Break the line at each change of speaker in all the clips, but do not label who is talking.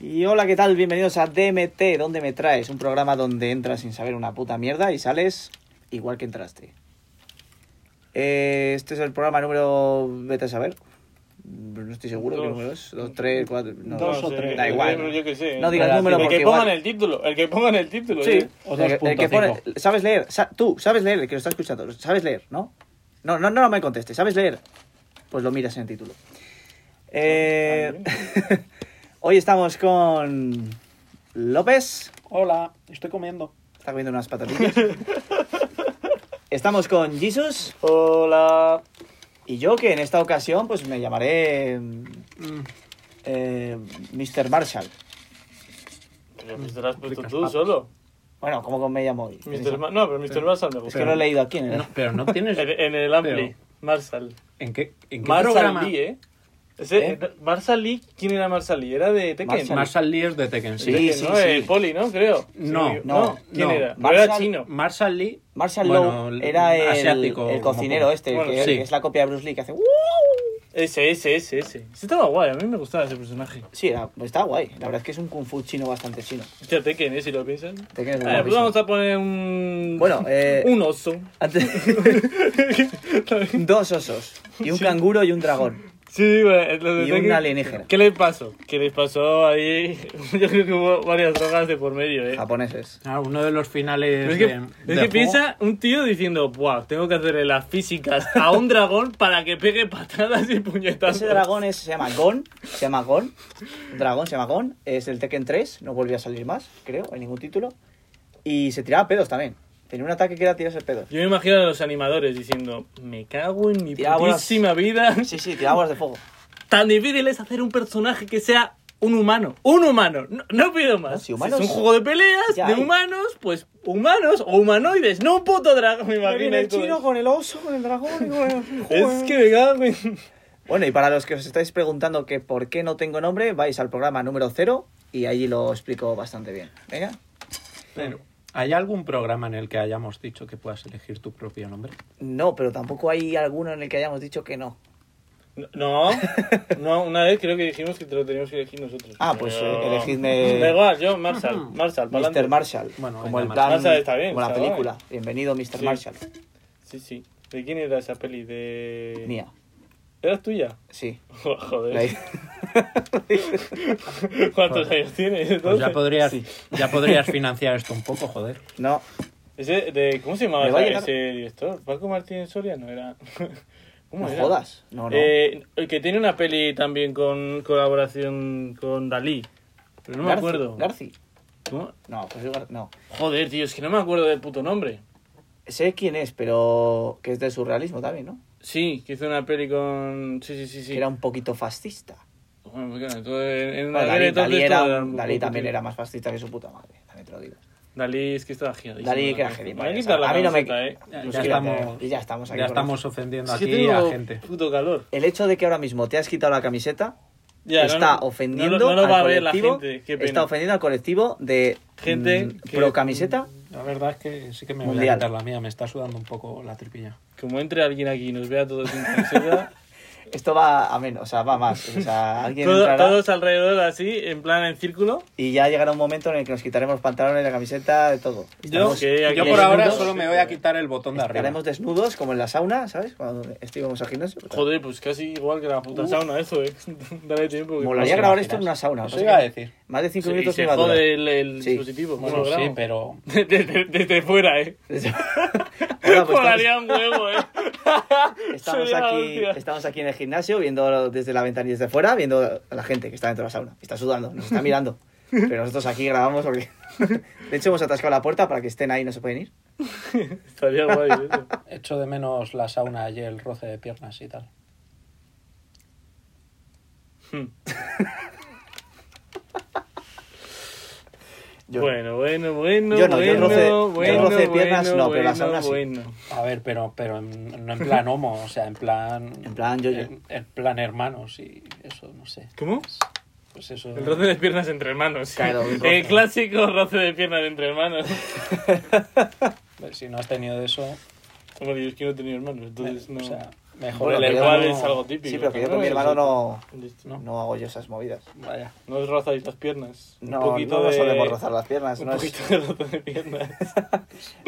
Y hola, ¿qué tal? Bienvenidos a DMT, ¿dónde me traes? Un programa donde entras sin saber una puta mierda y sales igual que entraste. Eh, este es el programa número. Vete a saber. No estoy seguro qué
Dos.
número es. Dos, tres, cuatro. No,
Dos o
sé.
tres.
Da
Yo-
igual.
yo qué sé.
No digas
Relación.
número
el
porque
que pongan
igual.
el título, el que pongan el título.
Sí.
¿eh?
O
El que- el que pone-
2.5.
¿Sabes leer? Sa- Tú, ¿sabes leer? El que lo está escuchando. ¿Sabes leer? ¿No? No, no, no me contestes. ¿Sabes leer? Pues lo miras en el título. Eh, hoy estamos con López.
Hola, estoy comiendo.
Está comiendo unas patatillas. Estamos con Jesus
Hola.
y yo, que en esta ocasión pues me llamaré mm, eh, Mr. Marshall.
Pero Mr. Has puesto tú solo.
Bueno, ¿cómo que me llamo hoy?
Mr. Ma- no, pero Mr. Marshall me
Es
gusta.
que lo he leído aquí en el...
No, pero no tienes.
En, en el Ampli. Marshall.
¿En qué, en
Eh,
qué
Marshall
programa?
Lee, ¿eh? Ese,
¿Eh?
Marshall Lee, ¿quién era Marshall Lee? Era de Tekken.
Marshall
Marshall Lee es de Tekken,
De
sí.
Sí,
Tekken,
sí,
¿no?
sí.
El Poli, ¿no? Creo.
No,
Sí,
no,
¿Quién
no.
era? No
Marshall-
era chino.
Marshall Lee.
Marshall
bueno,
Lowe era el,
asiático,
el
como
cocinero
poco.
este,
Bueno,
que,
sí.
que es la copia de Bruce Lee que hace... "Uh".
Ese, ese, ese, ese. Ese estaba guay, a mí me gustaba ese personaje.
Sí, era- está guay. La verdad es que es un kung fu chino bastante chino.
Hostia, Tekken, ¿eh? Si lo piensan.
Te quedas
Vale,
con la
pues vamos
risa.
a poner un.
Bueno, eh,
Un oso.
Antes- dos osos. Y un canguro y un dragón.
Sí, bueno, lo de
Y un
Tekken-
alienígena.
¿Qué les pasó? Que les pasó ahí. Yo creo que hubo varias drogas de por medio, eh.
Japoneses.
Ah, uno de los finales.
Pero es que,
de-
es
del
que
juego.
piensa un tío diciendo, Buah, tengo que hacerle las físicas a un dragón para que pegue patadas y puñetazos.
Ese dragón es- se llama Gon. Se llama Gon. Un dragón se llama Gon. Es el Tekken 3. No volvió a salir más, creo, en ningún título. Y se tiraba pedos también. Tenía un ataque que era tirarse pedos.
Yo me imagino a los animadores diciendo, me cago en mi
Tira bolas.
putísima vida.
ah, Sí, sí, tiraba bolas de fuego.
Tan difícil es hacer un personaje que sea un humano. ¡Un humano! No, no pido
No,
más.
si humanos-
es un juego de peleas,
Ya
de
hay.
humanos, pues humanos o humanoides. No un puto dragón, me imagino. todo eso.
con el oso, con el dragón.
Es que me cago en...
Bueno, y para los que os estáis preguntando que por qué no tengo nombre, vais al programa número 0 y allí lo explico bastante bien. Venga.
Pero, ¿Hay algún programa en el que hayamos dicho que puedas elegir tu propio nombre? Pues
No, pero tampoco hay alguno en el que hayamos dicho que no.
No, no, una vez creo que dijimos que te lo teníamos que elegir nosotros.
Ah, pues,
Pero-
eh, elegidme-
Da igual, yo, Marshall, Marshall, pa'lante.
Mr. Marshall.
Bueno,
como el
venga,
plan.
Marshall está bien,
como la
está
película.
guay.
Bienvenido, Mr.
Sí.
Marshall.
Sí, sí. ¿De quién era esa peli? De...
Mía,
¿Eras tuya? Oh,
sí.
Joder.
La-
¿Cuántos años tienes?
Pues
entonces?
ya podrías, ya podrías financiar esto un poco, joder.
No,
Ese de- ¿Cómo se llamaba
Me va a
esa-
llegar-
ese director? Paco Martínez Soria no era. ¿Cómo
no
era?
jodas. No, no.
Eh, el que tiene una peli también con colaboración con Dalí. Pero no me
Garci-
acuerdo.
Garci.
¿Cómo?
No, José Gar- no.
Joder, tío, es que no me acuerdo del puto nombre.
Sé quién es, pero que es del surrealismo también, ¿no?
Sí, que hizo una peli con. Sí, sí, sí. sí.
Que era un poquito fascista.
Bueno, pues claro, todo en- en una
Bueno,
peli
Dalí,
entonces
Dalí
todo
era
era
un-
un
Dalí
poco
también
tío.
era más fascista que su puta madre. También te lo digo.
Dalí es que estaba giradísimo.
Dalí que era
Me
gilipollas.
voy a quitar la
A mí no me-
camiseta, eh.
Ya,
Pues
ya
quédate,
estamos,
y ya estamos aquí
ya
con
estamos ofendiendo
Es que
aquí
tengo
a gente.
puto calor.
El hecho de que ahora mismo te has quitado la camiseta
Ya, no,
está
no,
ofendiendo
no lo- no lo
al
va a ver la
colectivo.
gente, qué pena.
está ofendiendo al colectivo de
Gente
mm,
que-
pro camiseta.
La verdad es que sí que me voy
Mundial.
a quitar la mía, me está sudando un poco la tripilla.
Como entre alguien aquí y nos vea todos sin camiseta,
Esto va a menos, o sea, va más. O sea, alguien
todo-
entrará
todos alrededor así, en plan en círculo.
y ya llegará un momento en el que nos quitaremos pantalones, la camiseta, de todo.
Yo,
Estaremos,
que aquí
Yo
¿Y
por
el
ahora
mundo?
solo me voy a quitar el botón de arriba.
estaremos desnudos como en la sauna, ¿sabes? Cuando estuvimos al gimnasio.
Joder, pues casi igual que la puta sauna, eso, eh. Dale tiempo. Que
Molaría
¿os
grabar
imaginas?
esto en una sauna.
Eso
o sea,
iba a decir.
Más de 5
Sí,
minutos
se
iba a durar.
jode el, el
Sí.
dispositivo. ¿cómo
Bueno,
lo
sí,
grabo?
pero
desde, desde fuera, eh.
Hola, pues estamos-
Molaría un huevo, eh.
Estamos
Sería la
aquí,
hostia.
estamos aquí en el gimnasio viendo desde la ventana y desde fuera, viendo a la gente que está dentro de la sauna. Está sudando, nos está mirando. Pero nosotros aquí grabamos porque... De hecho, hemos atascado la puerta para que estén ahí y no se pueden ir.
Estaría guay eso.
echo de menos la sauna y el roce de piernas y tal.
Yo-
Bueno, bueno, bueno.
Yo no, yo
bueno,
roce- yo
bueno,
roce de piernas
bueno,
no, pero la sauna sí.
bueno, bueno.
A ver, pero, pero en- no en plan homo, o sea, en plan...
En plan yo-yo.
En, en plan hermanos y eso, no sé.
¿Cómo?
Pues eso...
El roce de piernas entre hermanos.
Claro, un roce.
el clásico roce de piernas entre hermanos.
pues Si no has tenido de eso,
Hombre, yo es que no he tenido hermanos, entonces
eh,
no.
o sea, Mejor
Bueno,
el
pero
herval
no-
es algo típico.
Sí, pero que yo
¿no?
con mi
Es
hermano no,
distinto.
no.
no hago yo esas movidas.
Vaya.
No os rozáis las piernas.
No,
un poquito
no
de...
nos solemos rozar las piernas,
Un
no, es-
poquito de roce de piernas.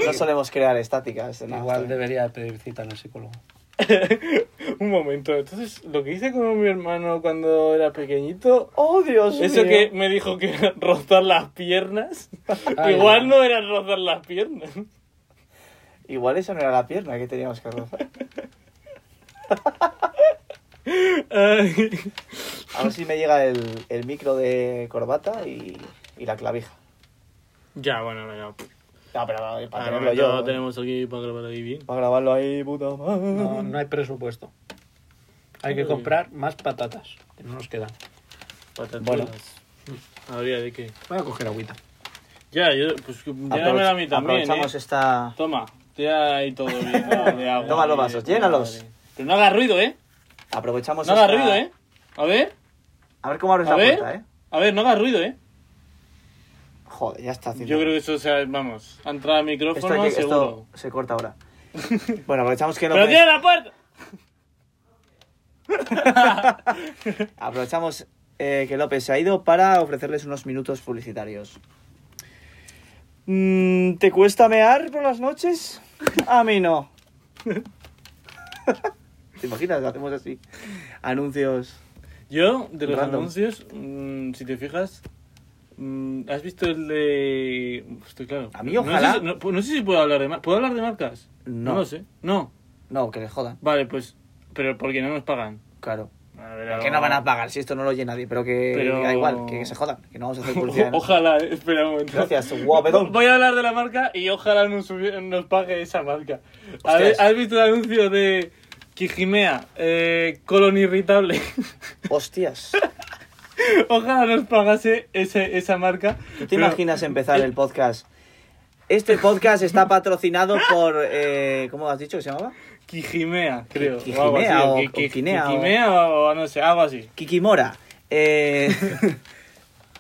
no solemos crear estáticas. no,
Igual
está bien.
debería pedir cita en el psicólogo.
un momento. Entonces, lo que hice con mi hermano cuando era pequeñito.
¡Oh, Dios
Eso
mío!
que me dijo que era rozar las piernas.
Ay.
Igual no era rozar las piernas.
Igual eso no era la pierna que teníamos que rozar.
Ay.
A ver si me llega el, el micro de corbata y, y la clavija.
Ya, bueno, venga.
No, pero para
Ahora
tenerlo yo.
lo Ah, tenemos aquí para grabar aquí bien.
Para grabarlo ahí, puta madre.
No, no hay presupuesto. Hay que
Uy.
comprar más patatas, que no nos quedan.
Bueno.
Pataturas. Habría de qué.
Voy a coger agüita.
Ya, yo, pues que- llévamela a mí también.
Aprovechamos
¿eh?
esta...
Toma, ya ahí todo bien. ¿no? De agua,
Toma los
de
vasos,
puta
llénalos.
madre. Pero no hagas ruido, ¿eh?
Aprovechamos
No
esta...
hagas ruido, ¿eh? A ver,
A ver cómo abres
A
la
ver.
puerta, ¿eh?
a ver, no hagas ruido, ¿eh?
Joder, ya está haciendo...
Yo creo que eso, o sea, vamos, ha entrado al
esto,
micrófono
hay que-
seguro.
esto se corta ahora. Bueno, aprovechamos que no...
¡Pero
me-
cierra la puerta!
Aprovechamos eh, que López se ha ido para ofrecerles unos minutos publicitarios. Mm, ¿Te cuesta mear por las noches? A mí no. ¿Te imaginas? Hacemos así. Anuncios.
Yo, de los
Random.
anuncios, mm, si te fijas, mm, ¿has visto el de. Estoy claro.
A mí,
No
ojalá.
sé si- No no sé, si puedo hablar de marcas. ¿Puedo hablar de marcas?
No.
No lo sé. No.
No, que les jodan.
Vale, pues. Pero porque no nos pagan.
Claro.
A ver,
Que no van a pagar si esto no lo oye nadie, pero que
Pero-
da igual, que se jodan, que no vamos a hacer publicidad. ¿no?
Ojalá, eh, espera un momento.
Gracias, guapetón.
Voy a hablar de la marca y ojalá nos, hubi- nos pague esa marca. A
Hostias.
ver, ¿Has visto el anuncio de Kijimea, eh, colon irritable?
Hostias.
ojalá nos pagase ese, esa marca.
¿Tú te
Pero-
imaginas empezar el podcast? Este podcast está patrocinado por... eh, ¿Cómo has dicho que se llamaba?
Kijimea, creo.
Ki-
algo así,
Kijimea o-
Ki-
o
Ki-
Quinea o-
Kijimea o... no sé, algo así.
Kikimora, eh,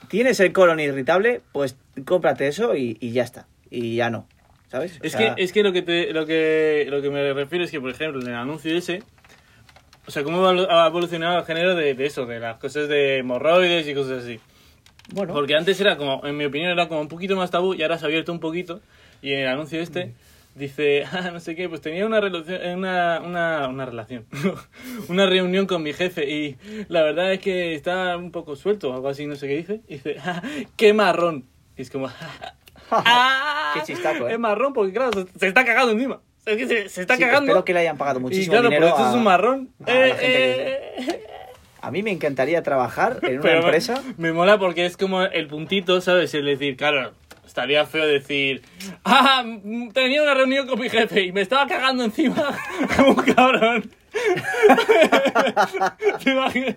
¿tienes el colon irritable? Pues cómprate eso y, y ya está. Y ya no. ¿Sabes? O
Es
sea,
que, es que lo que te, lo que lo que me refiero es que, por ejemplo, en el anuncio ese, o sea, cómo va ha evolucionado el género de, de eso, de las cosas de hemorroides y cosas así.
Bueno,
Porque antes era como, en mi opinión, era como un poquito más tabú y ahora se ha abierto un poquito. Y en el anuncio
Mm.
este dice, ah, no sé qué, pues tenía una, relación- eh, una, una, una relación, una reunión con mi jefe y la verdad es que está un poco suelto, algo así, no sé qué dice. Y dice, "Ah, qué marrón. Y es como, "Ah,
Qué chistaco, ¿eh?".
Es marrón porque, claro, se, se está cagando encima. Es que se, se está
sí,
cagando.
espero que le hayan pagado muchísimo
y claro,
dinero.
porque esto
a,
es un marrón.
a la
Eh,
gente que-
eh, eh, eh.
a mí me encantaría trabajar en una
Pero me-
empresa.
Me, mola porque es como el puntito, ¿sabes? El decir, claro, estaría feo decir, ah, mm, tenía una reunión con mi jefe y me estaba cagando encima como un cabrón. ¿Te imaginas?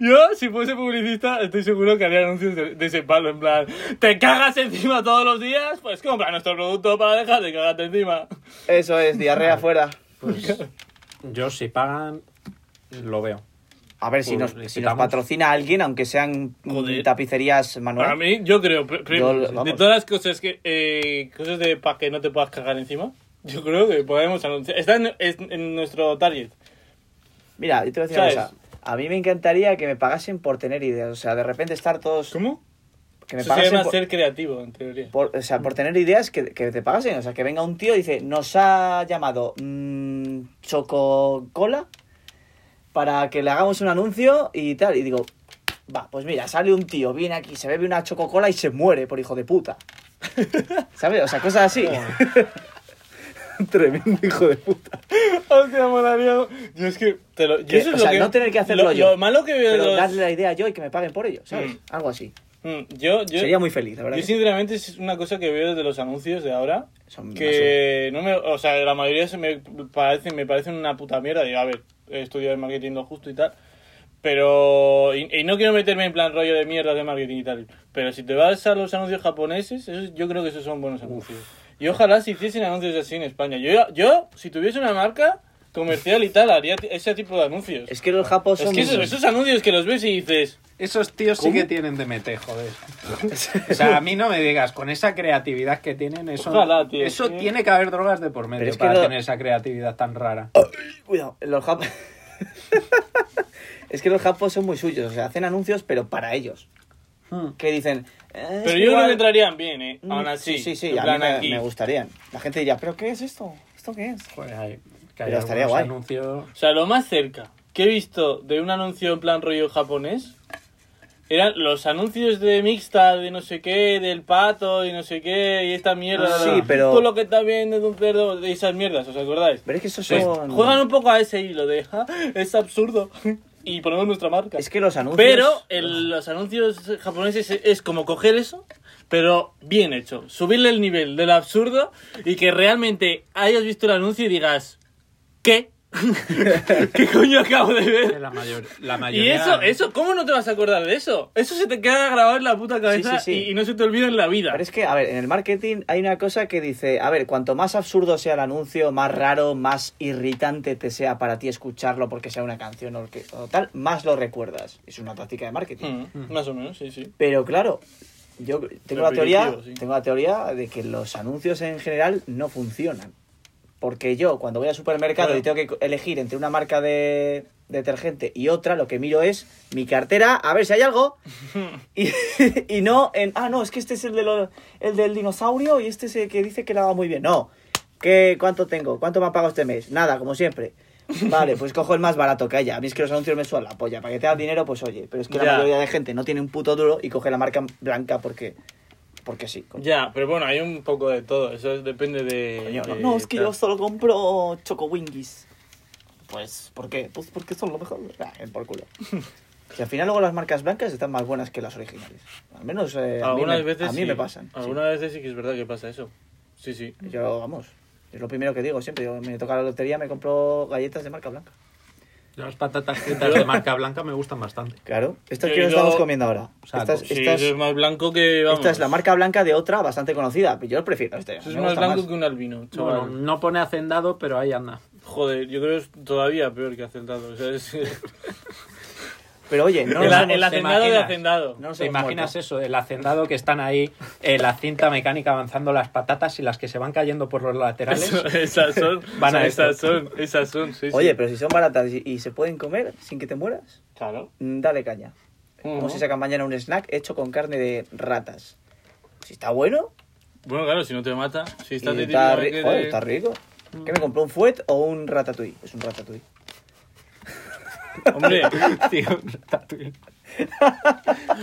Yo, si fuese publicista, estoy seguro que haría anuncios de, de ese palo, en plan, ¿te cagas encima todos los días? Pues compra nuestro producto para dejar de cagarte encima.
Eso es, diarrea fuera.
Pues yo si pagan, lo veo.
A ver si
Pues,
nos, si nos
necesitamos.
patrocina alguien, aunque sean mm,
Joder.
tapicerías
Para
manual.
mí, yo creo, pr- pr-
Yo,
de
vamos.
todas las cosas que eh, cosas de para que no te puedas cagar encima, yo creo que podemos anunciar. Está en, es- en nuestro target.
Mira, yo te voy a decir una
¿Sabes?
cosa. A mí me encantaría que me pagasen por tener ideas. O sea, de repente estar todos.
¿Cómo?
Que me
Eso se llama
por-
ser creativo, en teoría.
Por, o sea, por tener ideas que, que te pagasen. O sea, que venga un tío y dice, nos ha llamado mm, Chococola para que le hagamos un anuncio y tal. Y digo, va, pues mira, sale un tío, viene aquí, se bebe una Chococola y se muere por hijo de puta. ¿Sabes? O sea, cosas así. Tremendo hijo de puta.
Hostia, molaría. Yo es que. Te lo, yo
Que-
eso es
o
lo
sea, no tener que hacerlo
lo-
yo.
Lo malo que veo de
Pero
los-
darle la idea yo y que me paguen por ello, ¿sabes?
Mm.
Algo así.
Mm, Yo, yo,
Sería muy feliz, la verdad.
yo
que
sinceramente, es una cosa que veo de los anuncios de ahora.
Son
que no me, o sea, la mayoría se me parece, me parecen una puta mierda. Digo, a ver, he estudiado el marketing lo justo y tal. Pero, y, y no quiero meterme en plan rollo de mierda de marketing y tal. Pero si te vas a los anuncios japoneses, esos- yo creo que esos son buenos anuncios. Y ojalá se hiciesen anuncios así en España. Yo, yo si tuviese una marca, comercial y tal, haría t- ese tipo de anuncios.
Es que los japos
Es
son...
que esos, esos anuncios que los ves y dices,
Esos tíos sí
¿Cómo?
que tienen DMT, joder. O sea, a mí no me digas, con esa creatividad que tienen, eso,
Ojalá, tío.
eso
Sí.
tiene que haber drogas de por medio
Pero es que Ah.
para
lo-
tener esa creatividad tan rara.
Cuidado, los japos... es que los japos son muy suyos. O sea, hacen anuncios, pero para ellos.
Hmm.
Que dicen... "Eh, es
pero
que
yo creo
igual-
que entrarían bien, ¿eh? Aún
Mm,
así.
Sí, sí, sí,
en
a mí
plan
me,
aquí.
me gustarían. La gente diría, ¿pero qué es esto? ¿Esto qué es?
Joder, hay- que hay
Pero estaría
algunos
guay.
anuncios-
O sea, lo más cerca que he visto de un anuncio en plan rollo japonés eran los anuncios de mixta, de no sé qué, del pato y no sé qué, y esta mierda.
Ah, Sí, pero-
Todo lo que está viendo de un cerdo, de esas mierdas, ¿os acordáis?
Pero es que esos
Pues,
son...
Juegan un poco a ese hilo de, "Ja, es absurdo, y ponemos nuestra marca.
Es que los anuncios...
Pero el- los anuncios japoneses es, es como coger eso, pero bien hecho. Subirle el nivel del absurdo y que realmente hayas visto el anuncio y digas, ¿qué? ¿Qué coño acabo de
que
ver?
La, mayor- la
Y
mayoría.
eso, eso, ¿cómo no te vas a acordar de eso? Eso se te queda grabado en la puta cabeza
Sí, sí, sí.
Y, y no se te olvida en la vida.
Pero es que, a ver, en el marketing hay una cosa que dice, a ver, cuanto más absurdo sea el anuncio, más raro, más irritante te sea para ti escucharlo porque sea una canción o, que- o tal, más lo recuerdas. Es una táctica de marketing.
Mm, Más o menos, sí, sí.
Pero claro, yo tengo la
Repetitivo,
teoría,
sí.
tengo la teoría de que los anuncios en general no funcionan. Porque yo cuando voy al supermercado
Claro.
y tengo que co- elegir entre una marca de detergente y otra, lo que miro es mi cartera, a ver si hay algo. Y, y no en, ah, no, es que este es el, de lo- el del dinosaurio y este es el que dice que lava muy bien. No, ¿Qué, ¿cuánto tengo? ¿Cuánto me ha pagado este mes? Nada, como siempre. Vale, pues cojo el más barato que haya. A mí es que los anuncios me suelan la polla. Para que te haga dinero, pues oye. Pero es que
Ya.
la mayoría de gente no tiene un puto duro y coge la marca blanca porque, porque sí. coño.
Ya, pero bueno, hay un poco de todo. Eso depende de...
Coño, no,
de-
no, es que
tal.
yo solo compro Choco Wingies. Pues, ¿por qué? Pues porque son lo mejor. Ah, por culo. Si al final luego las marcas blancas están más buenas que las originales. Al menos eh, a, mí
Algunas
me,
veces
a mí
sí.
me pasan. sí.
Algunas veces sí que es verdad que pasa eso. Sí, sí.
Yo, vamos, es lo primero que digo siempre. Yo, me toca la lotería, me compro galletas de marca blanca.
Yo Las patatas fritas de marca blanca me gustan bastante.
Claro, estas
Yo
que nos
digo-
estamos comiendo ahora.
Saco.
Estas-
Sí,
estas-
eso es más blanco que. Vamos,
esta es la marca blanca de otra bastante conocida. pero Yo prefiero este.
Eso es
me
más
gusta
blanco
más.
que un albino, chaval.
Bueno, no pone hacendado, pero ahí anda.
Joder, yo creo que es todavía peor que hacendado. o sea, es-
Pero oye, no
el,
nos
el
hemos-
hacendado de
imaginas?
hacendado.
no nos
¿Te
hemos
imaginas
muerto.
eso? El hacendado que están ahí, eh, la cinta mecánica avanzando las patatas y las que se van cayendo por los laterales.
Eso- esas son.
Van a
esas
esto.
son. Esas son. Sí, sí.
Oye, pero si son baratas y, y se pueden comer sin que te mueras,
Claro.
mm, dale caña.
Ujú.
Como si sacan mañana un snack hecho con carne de ratas. Si está bueno,
Bueno, claro, si no te mata. Si
y
estás de Mm.
está,
tiro,
ri-
que te-
joder, está rico. ¿Qué me compró? ¿Un fuet o un ratatouille? Es un ratatouille.
Hombre.
Tío, Ratatouille.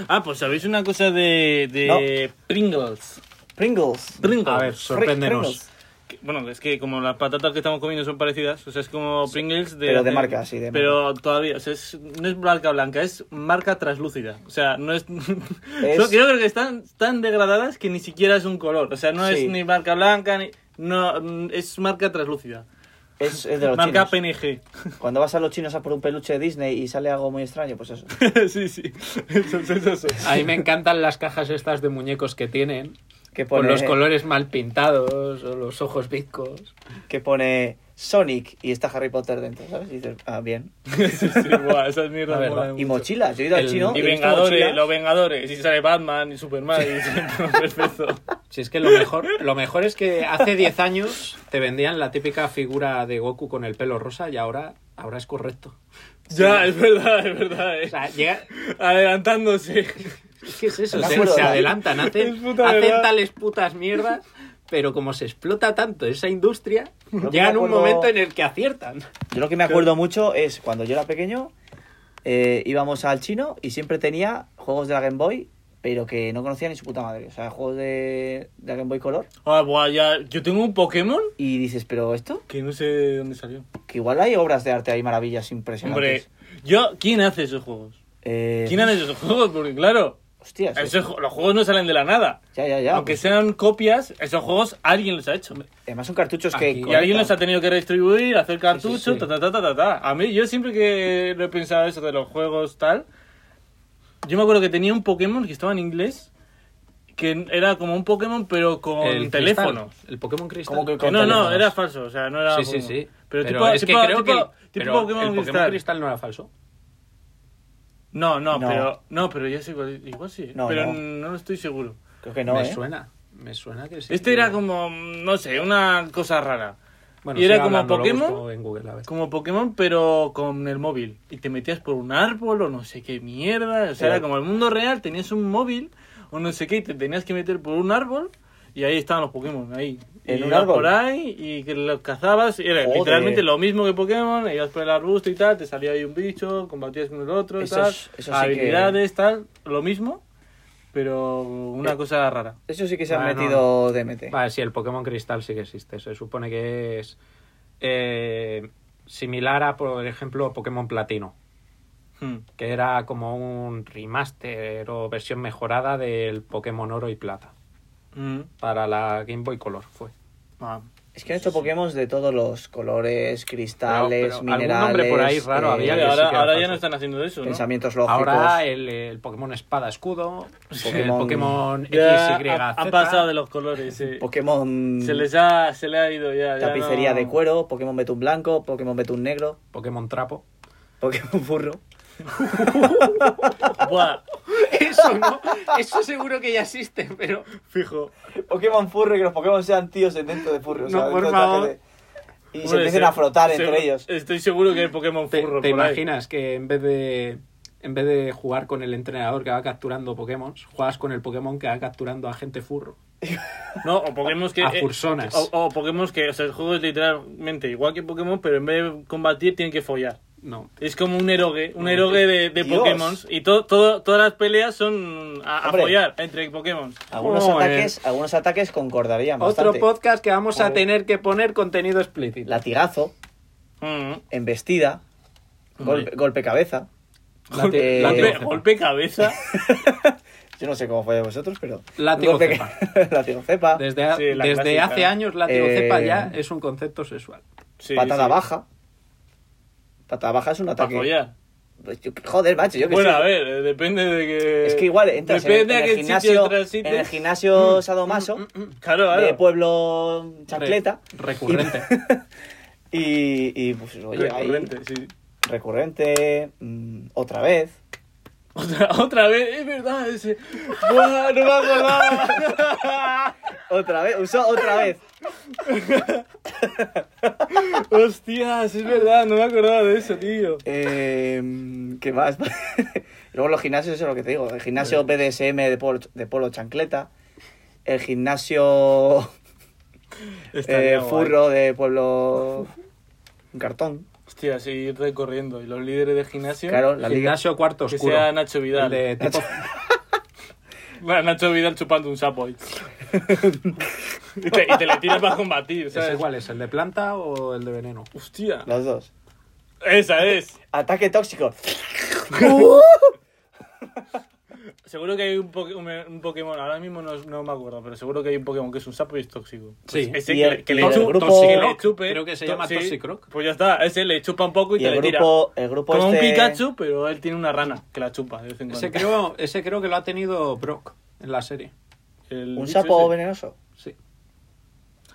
Ah, pues sabéis una cosa de. de Pringles.
Pringles.
Pringles.
A ver, sorpréndenos.
Pringles.
Que- Bueno, es que como las patatas que estamos comiendo son parecidas, o sea, es como Pringles de...
pero de marca, sí, de
Pero todavía, o sea, es- no es marca blanca, es marca translúcida. O sea, no es... Yo creo que están tan degradadas que ni siquiera es un color. O sea, no
Sí.
es ni marca blanca, ni... No, mm, es marca translúcida.
Es, es de los
marca
chinos.
PNG.
Cuando vas a los chinos a por un peluche de Disney y sale algo muy extraño, pues eso.
sí, sí. Eso, eso, eso.
A mí me encantan las cajas estas de muñecos que tienen,
Que pone,
con los colores mal pintados o los ojos bizcos.
que pone Sonic y está Harry Potter dentro, ¿sabes? Y dices, ah, bien.
sí, sí, guau, esas mierdas
La verdad.
molan
Y
mucho.
mochilas, yo he ido al
El-
chino.
¿no?
Y
he visto
Vengadores,
mochilas.
los Vengadores. Y sale Batman y Superman. Y perfecto.
Si es que lo mejor, lo mejor es que hace 10 años te vendían la típica figura de Goku con el pelo rosa y ahora, ahora es correcto.
Ya, es verdad, es verdad. eh.
O sea, llega-
Adelantándose.
¿Qué es eso?
Me
Se,
acuerdo,
se
¿eh?
adelantan, hacen,
Es puta
hacen
verdad.
tales putas mierdas, pero como se explota tanto esa industria,
Yo me
llegan un
acuerdo-
momento en el que aciertan.
Yo lo que me acuerdo mucho es cuando yo era pequeño, eh, íbamos al chino y siempre tenía juegos de la Game Boy, pero que no conocía ni su puta madre. O sea, juegos de, de la Game Boy Color.
Ah, buah, ya. Yo tengo un Pokémon
Y dices, ¿pero esto?
que no sé de dónde salió.
Que igual hay obras de arte, hay maravillas
Hombre,
impresionantes.
yo, ¿quién hace esos juegos?
Eh,
¿Quién hace esos juegos? Porque claro,
Hostias. eh.
esos ju- los juegos no salen de la nada.
Ya, ya, ya.
Aunque
pues,
sean copias, esos juegos alguien los ha hecho. hombre.
Además son cartuchos
Aquí.
que...
Y alguien los
conectan.
ha tenido que redistribuir, hacer cartuchos,
sí.
ta, ta, ta, ta, ta, ta. A mí, yo siempre que lo he pensado eso de los juegos, tal. Yo me acuerdo que tenía un Pokémon que estaba en inglés. que era como un Pokémon, pero con
El
teléfono.
cristal, el Pokémon Cristal.
Como que
Que
Con
no, no,
teléfonos.
era falso, o sea, no era.
Sí, sí,
Pokémon.
sí.
Pero, tipo,
es
tipo,
que creo
tipo-
que el-
tipo
pero
Pokémon,
el Pokémon
Cristal.
Cristal no era falso.
No, no,
No.
pero. No, pero yo sí, igual, igual sí.
No,
pero
no.
no. lo estoy seguro.
Creo que no,
me
¿eh?
suena. Me suena que sí.
Este era como, no sé, una cosa rara.
Bueno,
y era
sigue
como
hablando, lo
Pokémon.
busco en Google, a ver.
Como Pokémon, pero con el móvil. Y te metías por un árbol o no sé qué mierda. O sea,
Pero-
era como el mundo real, tenías un móvil o no sé qué y te tenías que meter por un árbol. Y ahí estaban los Pokémon, ahí.
¿En
y
un
ibas
árbol?
por ahí y que los cazabas. y era
Joder.
literalmente lo mismo que Pokémon. e Ibas por el arbusto y tal, te salía ahí un bicho, combatías con el otro y
Eso
tal.
es- eso sí
habilidades, tal. Lo mismo, pero
Eh.
una cosa rara.
Eso sí que se han
Bueno.
metido DMT.
Ah, Vale, sí, el Pokémon Cristal sí que existe. Se supone que es eh, similar a, por ejemplo, Pokémon Platino,
Hmm.
que era como un remaster o versión mejorada del Pokémon Oro y Plata.
Mm.
Para la Game Boy Color fue.
Ah.
Es que han hecho Pokémon de todos los colores, cristales,
Pero- pero algún
minerales.
nombre por ahí raro
eh,
había Ya
Oye,
que sí
ahora
que era
ahora ya
falso.
no están haciendo eso, ¿no?
Pensamientos lógicos.
Ahora el, el Pokémon Espada Escudo, el
Pokémon-
Pokémon
Ya
XYZ.
ha- han pasado de los colores. sí.
Pokémon
Se les ha, se le ha ido ya. ya
tapicería
no-
de cuero, Pokémon betún blanco, Pokémon betún negro,
Pokémon Trapo.
Pokémon burro.
Buah,
Eso no, eso seguro que ya existe, pero
fijo.
Pokémon furro y que los Pokémon sean tíos en dentro de furro.
No, ¿sabes? por Con traje favor. de-
Y se
Hombre,
empiecen
se-
a frotar
se-
entre ellos.
Estoy seguro que hay Pokémon
¿Te,
furro
te
por ahí.
imaginas que en vez de en vez de jugar con el entrenador que va capturando Pokémon, juegas con el Pokémon que va capturando a gente furro?
No, o Pokémon que.
A
eh,
fursonas.
O, o Pokémon que. O sea, el juego es literalmente igual que Pokémon, pero en vez de combatir tienen que follar.
No.
Es como un erogue, un erogue de, de
Dios.
Pokémon. Y to- todo, todas las peleas son a, a
Hombre.
follar entre Pokémon.
Algunos
Joder.
ataques, algunos ataques concordarían
Otro
bastante.
podcast que vamos a
Joder.
tener que poner contenido explícito.
Latigazo,
Mm.
embestida,
Hombre.
golpe, golpe cabeza.
Late-
Eh,
Golpe,
látigo
golpe cabeza.
Yo no sé cómo fue de vosotros, pero.
Látigo
golpe- Látigo cepa.
cepa. Desde, ha-
Sí, la
desde
clásica.
hace años la
Eh,
cepa ya es un concepto sexual.
Sí,
patada
sí.
baja. Patada baja es un
Para
ataque.
follar.
Pues yo- Joder, macho, yo que
Bueno,
sé.
a ver, eh, depende de que.
Es que igual entras en,
Depende
en
a
el
qué sitio
gimnasio,
entras, sitio. Mm.
en el gimnasio sadomaso
Claro,
de
claro.
pueblo chancleta
Re- recurrente.
y, y, pues oye, ahí-
Recurrente, sí.
recurrente, mm, otra vez.
Otra, otra vez, es verdad, ese. Buah, no me acordaba.
Otra vez, usó otra vez.
Hostias, es verdad, no me acordaba de eso, tío.
Eh, ¿Qué más? Luego los gimnasios, eso es lo que te digo. El gimnasio BDSM de polo, de polo chancleta. El gimnasio
Estaría
eh,
guay.
furro de pueblo un cartón.
Hostias, sí, ir recorriendo. Y los líderes de gimnasio.
Claro, la liga.
Gimnasio cuarto
Que
oscuro.
sea Nacho Vidal.
El de tipo-
Bueno, Nacho Vidal chupando un sapo ahí. y, te, y te le tiras para combatir,
¿Ese
¿sabes?
cuál es? ¿El de planta o el de veneno?
Hostia.
Los dos.
Esa es.
Ataque tóxico.
Seguro que hay un, po- un- un Pokémon, ahora mismo no, no me acuerdo, pero seguro que hay un Pokémon que es un sapo y es tóxico. Pues
Sí.
Ese
Y
que,
el-
le- que
y
le,
el
chu-
grupo-
que le
Toxicroc,
chupe.
creo que se llama
sí.
Toxicroc.
Pues ya está, ese le chupa un poco y,
Y
te
el
le tira.
grupo, el grupo
Como
este-
un Pikachu, pero él tiene una rana que la chupa de vez en cuando.
Ese creo, ese creo que lo ha tenido Brock en la serie.
El
¿Un
bicho
sapo
ese.
venenoso?
Sí.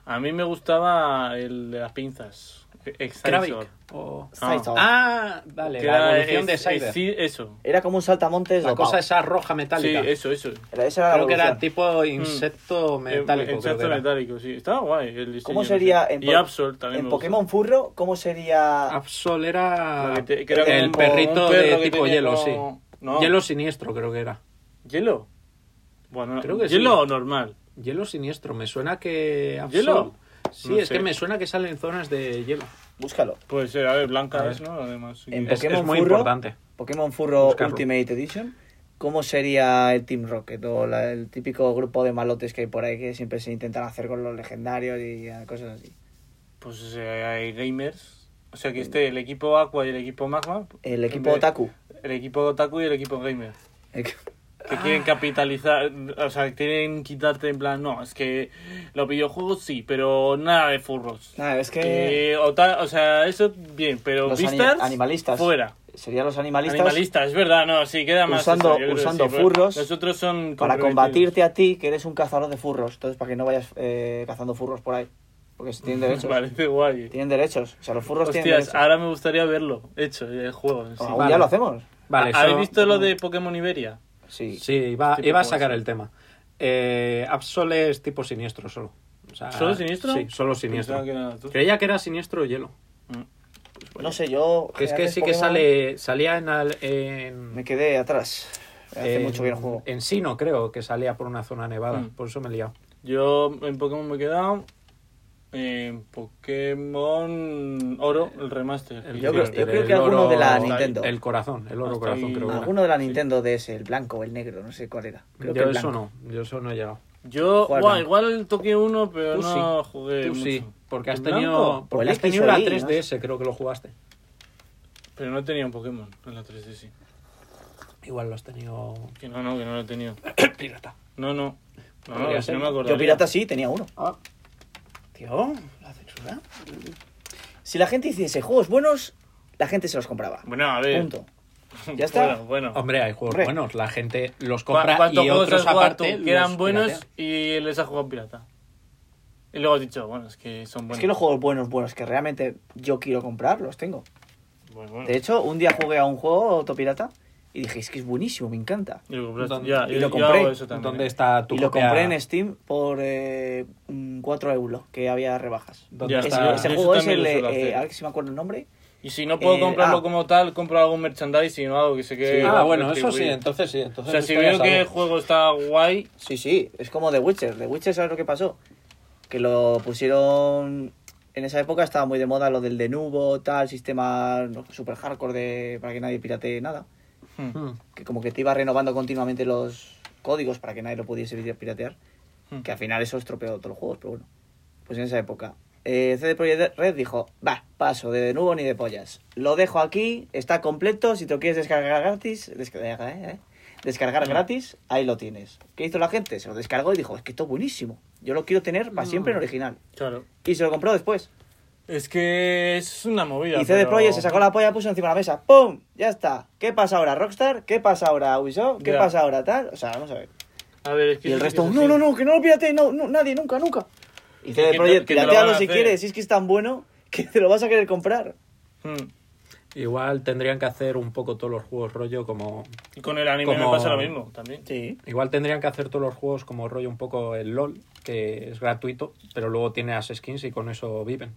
A mí me gustaba el de las pinzas. e-, Excelsior.
Kravik. o-
Scyther.
Ah, vale,
Que
la
era-
evolución de
es-
Scyther.
es- Sí, eso.
Era como un saltamontes
la
dopado.
cosa esa roja metálica.
Sí, eso, eso.
Era- esa era la
creo que era
evolución.
tipo insecto metálico.
En-
creo que
Insecto
era.
metálico, sí. Estaba guay. el diseño,
¿Cómo
no
sería
sé.
en,
y
po-
Absol también.
en
me Ah.
Pokémon Furro? ¿Cómo sería...?
Absol era,
La Ah, que te- que era como
el
un
perrito
perro
de
que
tipo
tenía
hielo,
como-
sí.
No.
Hielo siniestro creo que era.
gustó. ¿Hielo? Bueno,
Creo que sí.
¿hielo o normal?
Hielo siniestro, me suena que... Absol-
¿Hielo?
Sí,
No
es
sé.
que me suena que salen zonas de hielo.
Búscalo.
Puede ser, a ver, blanca
A ver.
es, ¿no? Además, sí.
En
Es, es
Pokémon
muy
Furro-
importante.
Pokémon Furro
Buscarlo.
Ultimate Edition. ¿Cómo sería el Team Rocket o la- el típico grupo de malotes que hay por ahí que siempre se intentan hacer con los legendarios y eh, cosas así?
Pues o sea, hay gamers. O sea, que esté el equipo Aqua y el equipo Magma.
El equipo
de-
Otaku.
El equipo Otaku y el equipo Gamer.
El que-
Que
Ah.
quieren capitalizar, o sea, quieren quitarte en plan, no, es que los videojuegos sí, pero nada de furros.
Ah,
Nada, es que...
Eh, ota- o sea, eso bien, pero
Los ani-
vistas
animalistas.
fuera.
serían los animalistas
Animalista, es verdad, no, sí, queda más.
Usando-
yo creo que
usando
porque
furros
Los otros son.
para
comprometidos.
combatirte a ti, que eres un cazador de furros. Entonces, para que no vayas eh, cazando furros por ahí. Porque si tienen
Me
derechos.
parece guay.
Tienen derechos. O sea, los furros tienen
Hostias,
derechos.
ahora me gustaría verlo hecho, el juego. en sí. Ah,
Algún
ah, vale.
día lo hacemos.
Ah, Vale,
¿Habéis
eso-
visto lo de Pokémon Iberia?
Sí.
Sí, iba,
Tipo
iba a
como
sacar
así.
el tema. Eh, Absol es tipo siniestro solo. O sea,
¿Solo siniestro?
Ah, Sí, solo siniestro.
Pensaba que era tú.
Creía que era siniestro hielo.
No sé, yo. eh,
Que es que
antes
sí que
Pokémon
sale salía en... al- en-
Me quedé atrás. Hace
en-
mucho que no juego.
En Sino, creo, que salía por una zona nevada.
Mm.
Por eso me he liado.
Yo en Pokémon me he quedado. En Pokémon Oro, el remaster.
El
Yo creo- yo
remaster,
creo
el
que alguno
oro-
de la Nintendo.
El corazón, el oro
Hasta
corazón,
ahí-
creo que era.
Alguno de la Nintendo DS, el blanco o el negro, no sé cuál era. Creo que
Yo
el
eso
blanco.
no, yo eso no he llegado.
Yo,
Jugar
guau,
blanco.
igual toqué uno, pero
Tú
no
sí.
jugué.
Tú
Eh, mucho.
sí, porque has
¿El
tenido,
blanco?
O el
porque has tenido la
XLI, ¿no?
3DS, creo que lo jugaste.
Pero no tenía un Pokémon en la 3DS.
Igual lo has tenido
Que no, no, que no lo he tenido.
pirata.
No, no. No,
Pues Podría
no, si
ser.
no me acordaría.
Yo pirata sí, tenía uno.
Ah. Tío, la censura.
Si la gente hiciese juegos buenos, la gente se los compraba.
Bueno, a ver.
Punto. Ya está.
Bueno, bueno.
Hombre, hay juegos
Hombre.
buenos, la gente los
¿Cu-
compra
¿Cuántos
y
juegos
otros
has jugado
aparte
tú que eran
los
buenos
piratea.
y les has jugado pirata? Y luego has dicho, bueno, es que son buenos.
Es que los juegos buenos, buenos, que realmente yo quiero comprar, los tengo.
Bueno, bueno.
De hecho, un día jugué a un juego autopirata y dije, es que es buenísimo, me encanta.
Y lo compraste.
¿Dónde-
pues Ya,
y
yo-
lo
yo
compré?
hago eso también.
¿Dónde
¿eh?
está tu
Y lo
copia-
compré en Steam por eh, mm, 4 euros, que había rebajas.
¿Dónde
Ya
Ese,
está-
ese
Yo eso
juego es
también
el...
lo
eh,
suelo hacer.
eh, a ver si me acuerdo el nombre.
Y si no puedo
Eh,
comprarlo
ah.
como tal, compro algún merchandising o algo que se quede.
Ah, bueno, eso sí,
retribuido.
entonces sí.
O
Entonces
sea,
esto
si
ya
veo
sabes.
que el juego está guay,
Sí, sí, es como The Witcher. The Witcher, ¿sabes lo que pasó? Que lo pusieron. En esa época estaba muy de moda lo del denubo, tal, sistema no, super hardcore de, para que nadie pirate nada.
hmm,
Mm.
Que como que te iba renovando continuamente los códigos para que nadie lo pudiese piratear.
Hmm.
Que al final eso estropeó todos los juegos, pero bueno. Pues en esa época. Eh, CD Projekt Red dijo: Va, paso de denubo ni de pollas. Lo dejo aquí, está completo. Si te lo quieres descargar gratis, descarga, eh, eh. Descargar gratis, ahí lo tienes. ¿Qué hizo la gente? Se lo descargó y dijo, es que esto es buenísimo. Yo lo quiero tener para siempre en original.
claro.
Y se lo compró después.
Es que es una movida.
y CD
pero-
Projekt se sacó la polla, puso encima de la mesa. ¡Pum! Ya está. ¿Qué pasa ahora, Rockstar? ¿Qué pasa ahora, Ubisoft? ¿Qué
Ya.
pasa ahora, tal? O sea, vamos a ver.
A ver, es que
Y el
sí que
resto,
es
no,
así.
no, no, que no lo pirate, no, no, nadie, nunca, nunca. Y
Que-
CD
que
Projekt,
te- que te lo van a
piratealo si
hacer.
quieres, si es que es tan bueno que te lo vas a querer comprar.
Hmm.
Igual tendrían que hacer un poco todos los juegos rollo como...
Y con el anime
Como-
me pasa lo mismo también.
Sí.
Igual tendrían que hacer todos los juegos como rollo un poco el LOL, que es gratuito, pero luego tiene las skins y con eso viven.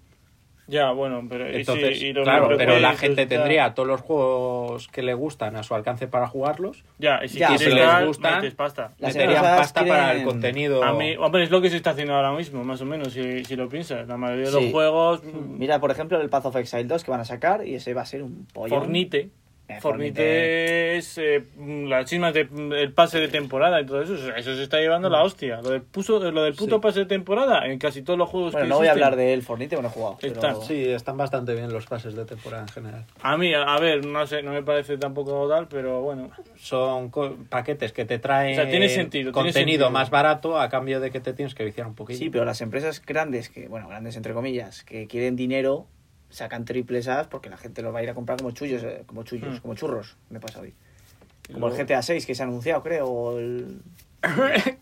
Ya, bueno, pero. y sí,
Entonces,
y los
claro,
microjuegos,
pero la
pues,
gente
está-
tendría todos los juegos que le gustan a su alcance para jugarlos.
Ya, y si
Ya,
quieres
si les
dar,
gusta-
metes pasta.
Las
meterían
empresas
pasta para el
quieren-
contenido.
A mí, hombre, es lo que se está haciendo ahora mismo, más o menos, si, si lo piensas. La mayoría de los
Sí.
juegos.
Mira, por ejemplo, el Path of Exile 2 que van a sacar y ese va a ser un pollo.
Fornite.
Eh, Fornite.
Fornite mm, es eh, las chismas del pase de temporada y todo eso. Eso se está llevando
Mm.
la hostia. Lo del, puso, lo del puto
Sí.
pase de temporada en casi todos los juegos
Bueno,
que
no voy a
existen.
hablar de él, Fornite, bueno, he jugado.
Está,
Pero...
Sí, están bastante bien los pases de temporada en general.
A mí, a a ver, no sé, no me parece tampoco tal, pero bueno.
Son co- paquetes que te traen
O sea, tiene sentido, tiene
contenido
sentido.
más barato a cambio de que te tienes que viciar un poquillo.
Sí, pero las empresas grandes, que bueno, grandes entre comillas, que quieren dinero, sacan triples A porque la gente los va a ir a comprar como chullos, eh, como chullos,
Mm.
como churros, me pasa hoy.
Hmm. Y
Como el
luego-
GTA 6 que se ha anunciado, creo, o el...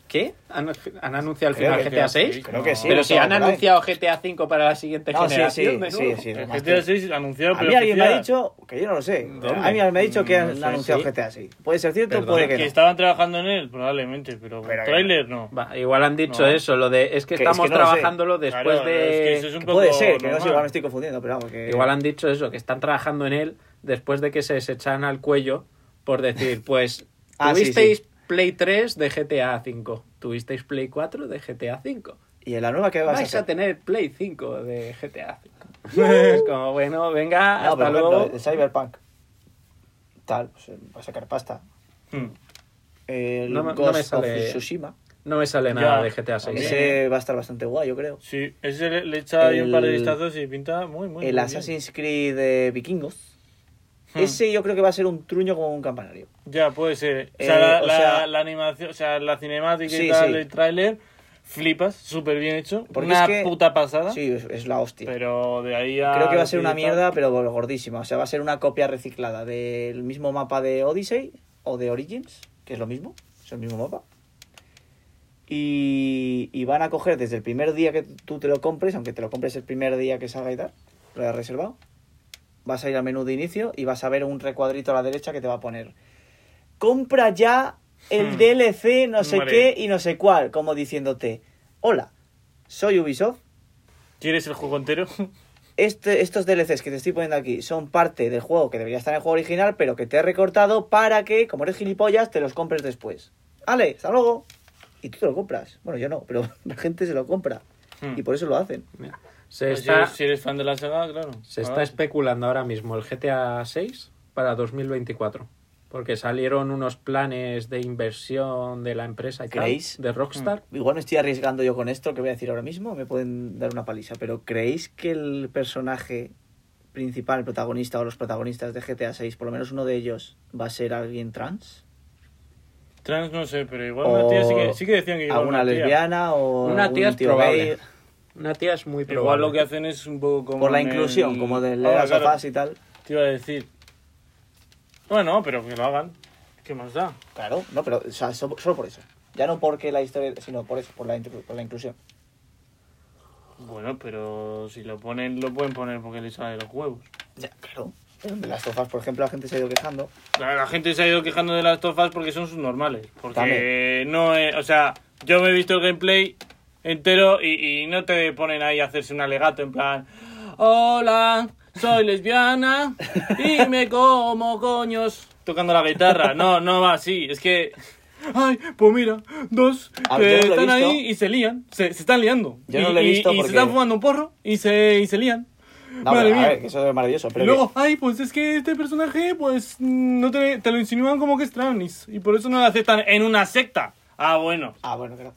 ¿Qué? ¿Han, han anunciado al
Creo
final
que
GTA
sí.
6?
Creo que sí.
pero
lo
si
tengo
han
por ahí.
anunciado GTA 5 para la siguiente
No, sí,
generación.
sí,
de
sí,
nuevo.
sí.
El
más
GTA
que-
6 anunciado,
A
pero
mí alguien me ha
oficial.
dicho, que yo no lo sé,
¿Dónde? Mm,
a mí alguien me ha dicho que
No
han
sé,
anunciado
sí.
GTA 6. Puede ser cierto,
Perdona,
puede
que
que no.
estaban trabajando en él, probablemente, pero,
Pero que-
trailer no.
Va, igual han dicho
No.
eso, lo de es que
Que- es
estamos
que no lo sé.
trabajándolo después
Claro,
de...
es que eso es un
Que
poco
puede ser, que no sé,
normal.
igual me estoy confundiendo, pero vamos, que...
Igual han dicho eso, que están trabajando en él después de que se, se echan al cuello por decir, pues,
Ah, sí,
tuvisteis Play 3 de GTA 5, tuvisteis Play 4 de GTA 5,
¿Y en la nueva qué vas a
vais a
hacer?
tener Play 5 de GTA 5. es como, bueno, venga,
No,
hasta
pero, por
luego.
ejemplo, el Cyberpunk. Tal, pues, eh, va a sacar pasta. Mm.
Hmm.
El
No me- no
Ghost
me sale-
of Tsushima.
No me sale nada
Ya,
de GTA 6.
También.
Ese va a estar bastante guay, yo creo.
Sí, ese le, le echa ahí un par de
El-
vistazos y pinta muy, muy, muy
El
bien.
Assassin's Creed de Vikingos.
Hmm.
Ese yo creo que va a ser un truño como un campanario.
Ya, puede ser. O
Eh,
sea, la,
o
la-
sea-
la animación, o sea, la cinemática y
Sí,
tal,
sí.
el tráiler, flipas, súper bien hecho.
Porque
una
es que-
puta pasada.
Sí, es, es la hostia.
Pero de ahí a.
Creo que va a ser una
tal-
mierda, pero bueno, gordísima. O sea, va a ser una copia reciclada del mismo mapa de Odyssey o de Origins, que es lo mismo, es el mismo mapa. Y, y van a coger desde el primer día que tú te lo compres, aunque te lo compres el primer día que salga y tal, lo hayas reservado. Vas a ir al menú de inicio y vas a ver un recuadrito a la derecha que te va a poner. Compra ya el
Hmm.
DLC, no sé
Vale.
qué y no sé cuál, como diciéndote, hola, soy Ubisoft,
¿Quieres el juego entero?
este- estos DLCs que te estoy poniendo aquí son parte del juego que debería estar en el juego original, pero que te he recortado para que, como eres gilipollas, te los compres después. Ale, hasta luego. Y tú te lo compras. Bueno, yo no, pero la gente se lo compra.
Hmm.
Y por eso lo hacen.
Mira, se
Pues
está,
yo, si eres fan de la saga, claro.
se
Ah,
está especulando ahora mismo el GTA 6 para 2024. Porque salieron unos planes de inversión de la empresa y tal,
¿Creéis?
de Rockstar.
Igual me estoy arriesgando yo con esto que voy a decir ahora mismo, me pueden dar una paliza, pero ¿creéis que el personaje principal, el protagonista o los protagonistas de GTA 6, por lo menos uno de ellos, va a ser alguien trans?
Trans no sé, pero igual
O
una tía sí que, sí que decían que igual
¿Alguna
una tía.
lesbiana o
Una tía
algún
es
tío
probable.
gay?
Una tía es muy probable.
Hmm. Igual lo que hacen es un poco como.
Por la
en el-
inclusión, como de
Ah,
las
claro,
sofás y tal.
Te iba a decir. Bueno, pero que lo hagan. ¿Qué más da?
Claro, no, pero o sea, so- solo por eso. Ya no porque la historia, sino por eso, por la, intru- por la inclusión.
Bueno, pero si lo ponen, lo pueden poner porque les sale los huevos.
Ya, claro. De las sofás, por ejemplo, la gente se ha ido quejando.
La, la gente se ha ido quejando de las tofas porque son sus normales. Porque
También.
no es- O sea, yo me he visto el gameplay entero y, y no te ponen ahí a hacerse un alegato en plan. Hola, soy lesbiana y me como coños. Tocando la guitarra. No, no va así. Es que. Ay, pues mira, dos
A
que
ver, Ah, yo no lo he
están
visto.
ahí y se lían. Se, se están liando.
Yo
y,
no lo he
y-
visto
y
porque-
se están fumando un porro y se, y se lían.
No,
Madre
pero, a
mía.
ver, que eso es maravilloso. Pero
Y luego, ay, pues es que este personaje, pues mm, no te, te lo insinúan como que es trans y por eso no lo aceptan en una secta. Ah, bueno,
que- Ah, bueno, claro.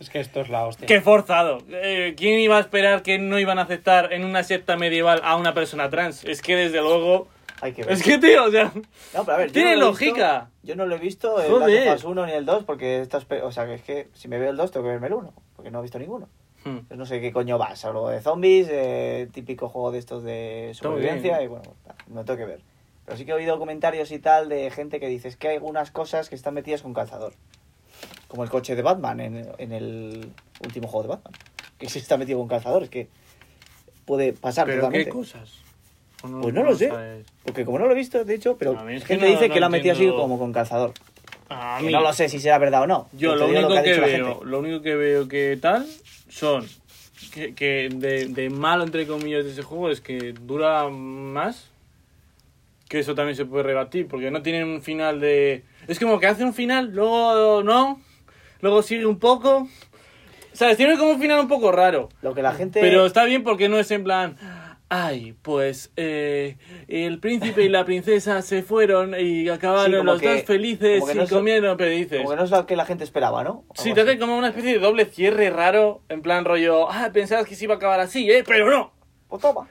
Es que esto es la hostia.
qué forzado. Eh, ¿Quién iba a esperar que no iban a aceptar en una secta medieval a una persona trans? Es que desde luego.
Hay que ver.
Es que, tío, o sea.
No, pero a ver, yo
Tiene
no lo he visto-
lógica.
yo no lo he visto el
Joder.
Last of Us 1 ni el 2, porque estas pe- O sea, que es que si me veo el 2 tengo que verme el 1, porque no he visto ninguno.
Hmm.
Entonces no sé qué coño va, algo de zombies, eh, típico juego de estos de
Está muy bien,
supervivencia,
¿eh?
y bueno, no tengo que ver. Pero sí que he oído comentarios y tal de gente que dice, es que hay algunas cosas que están metidas con calzador. Como el coche de Batman en, en el último juego de Batman. Que sí está metido con calzador, es que puede pasar
Pero qué
totalmente.
cosas. ¿O
Pues no lo sé.
sabes?
Porque como no lo he visto, de hecho, pero
A mí es que
gente
no-
dice
no
que lo ha metido así
entiendo.
como con calzador.
A
Que
mí-
no lo sé si será verdad o no.
Yo
Pero
lo
te digo
único
ha
que,
dicho la
veo,
gente.
lo único que veo que tal son que, que de, de malo entre comillas de ese juego es que dura más. Que eso también se puede rebatir, porque no tienen un final de. Es como que hace un final, luego no, luego sigue un poco. ¿Sabes? Tiene como un final un poco raro.
Lo que la gente...
Pero está bien porque no es en plan. Ay, pues eh, el príncipe y la princesa se fueron y acabaron
como
los
que-
dos felices
como que
y
no es-
comieron perdices.
Como que no es lo que la gente esperaba, ¿no?
Sí,
Algo
te
así.
hacen como una especie de doble cierre raro, en plan rollo, ah, pensabas que se iba a acabar así, ¿eh? Pero no.
Pues toma.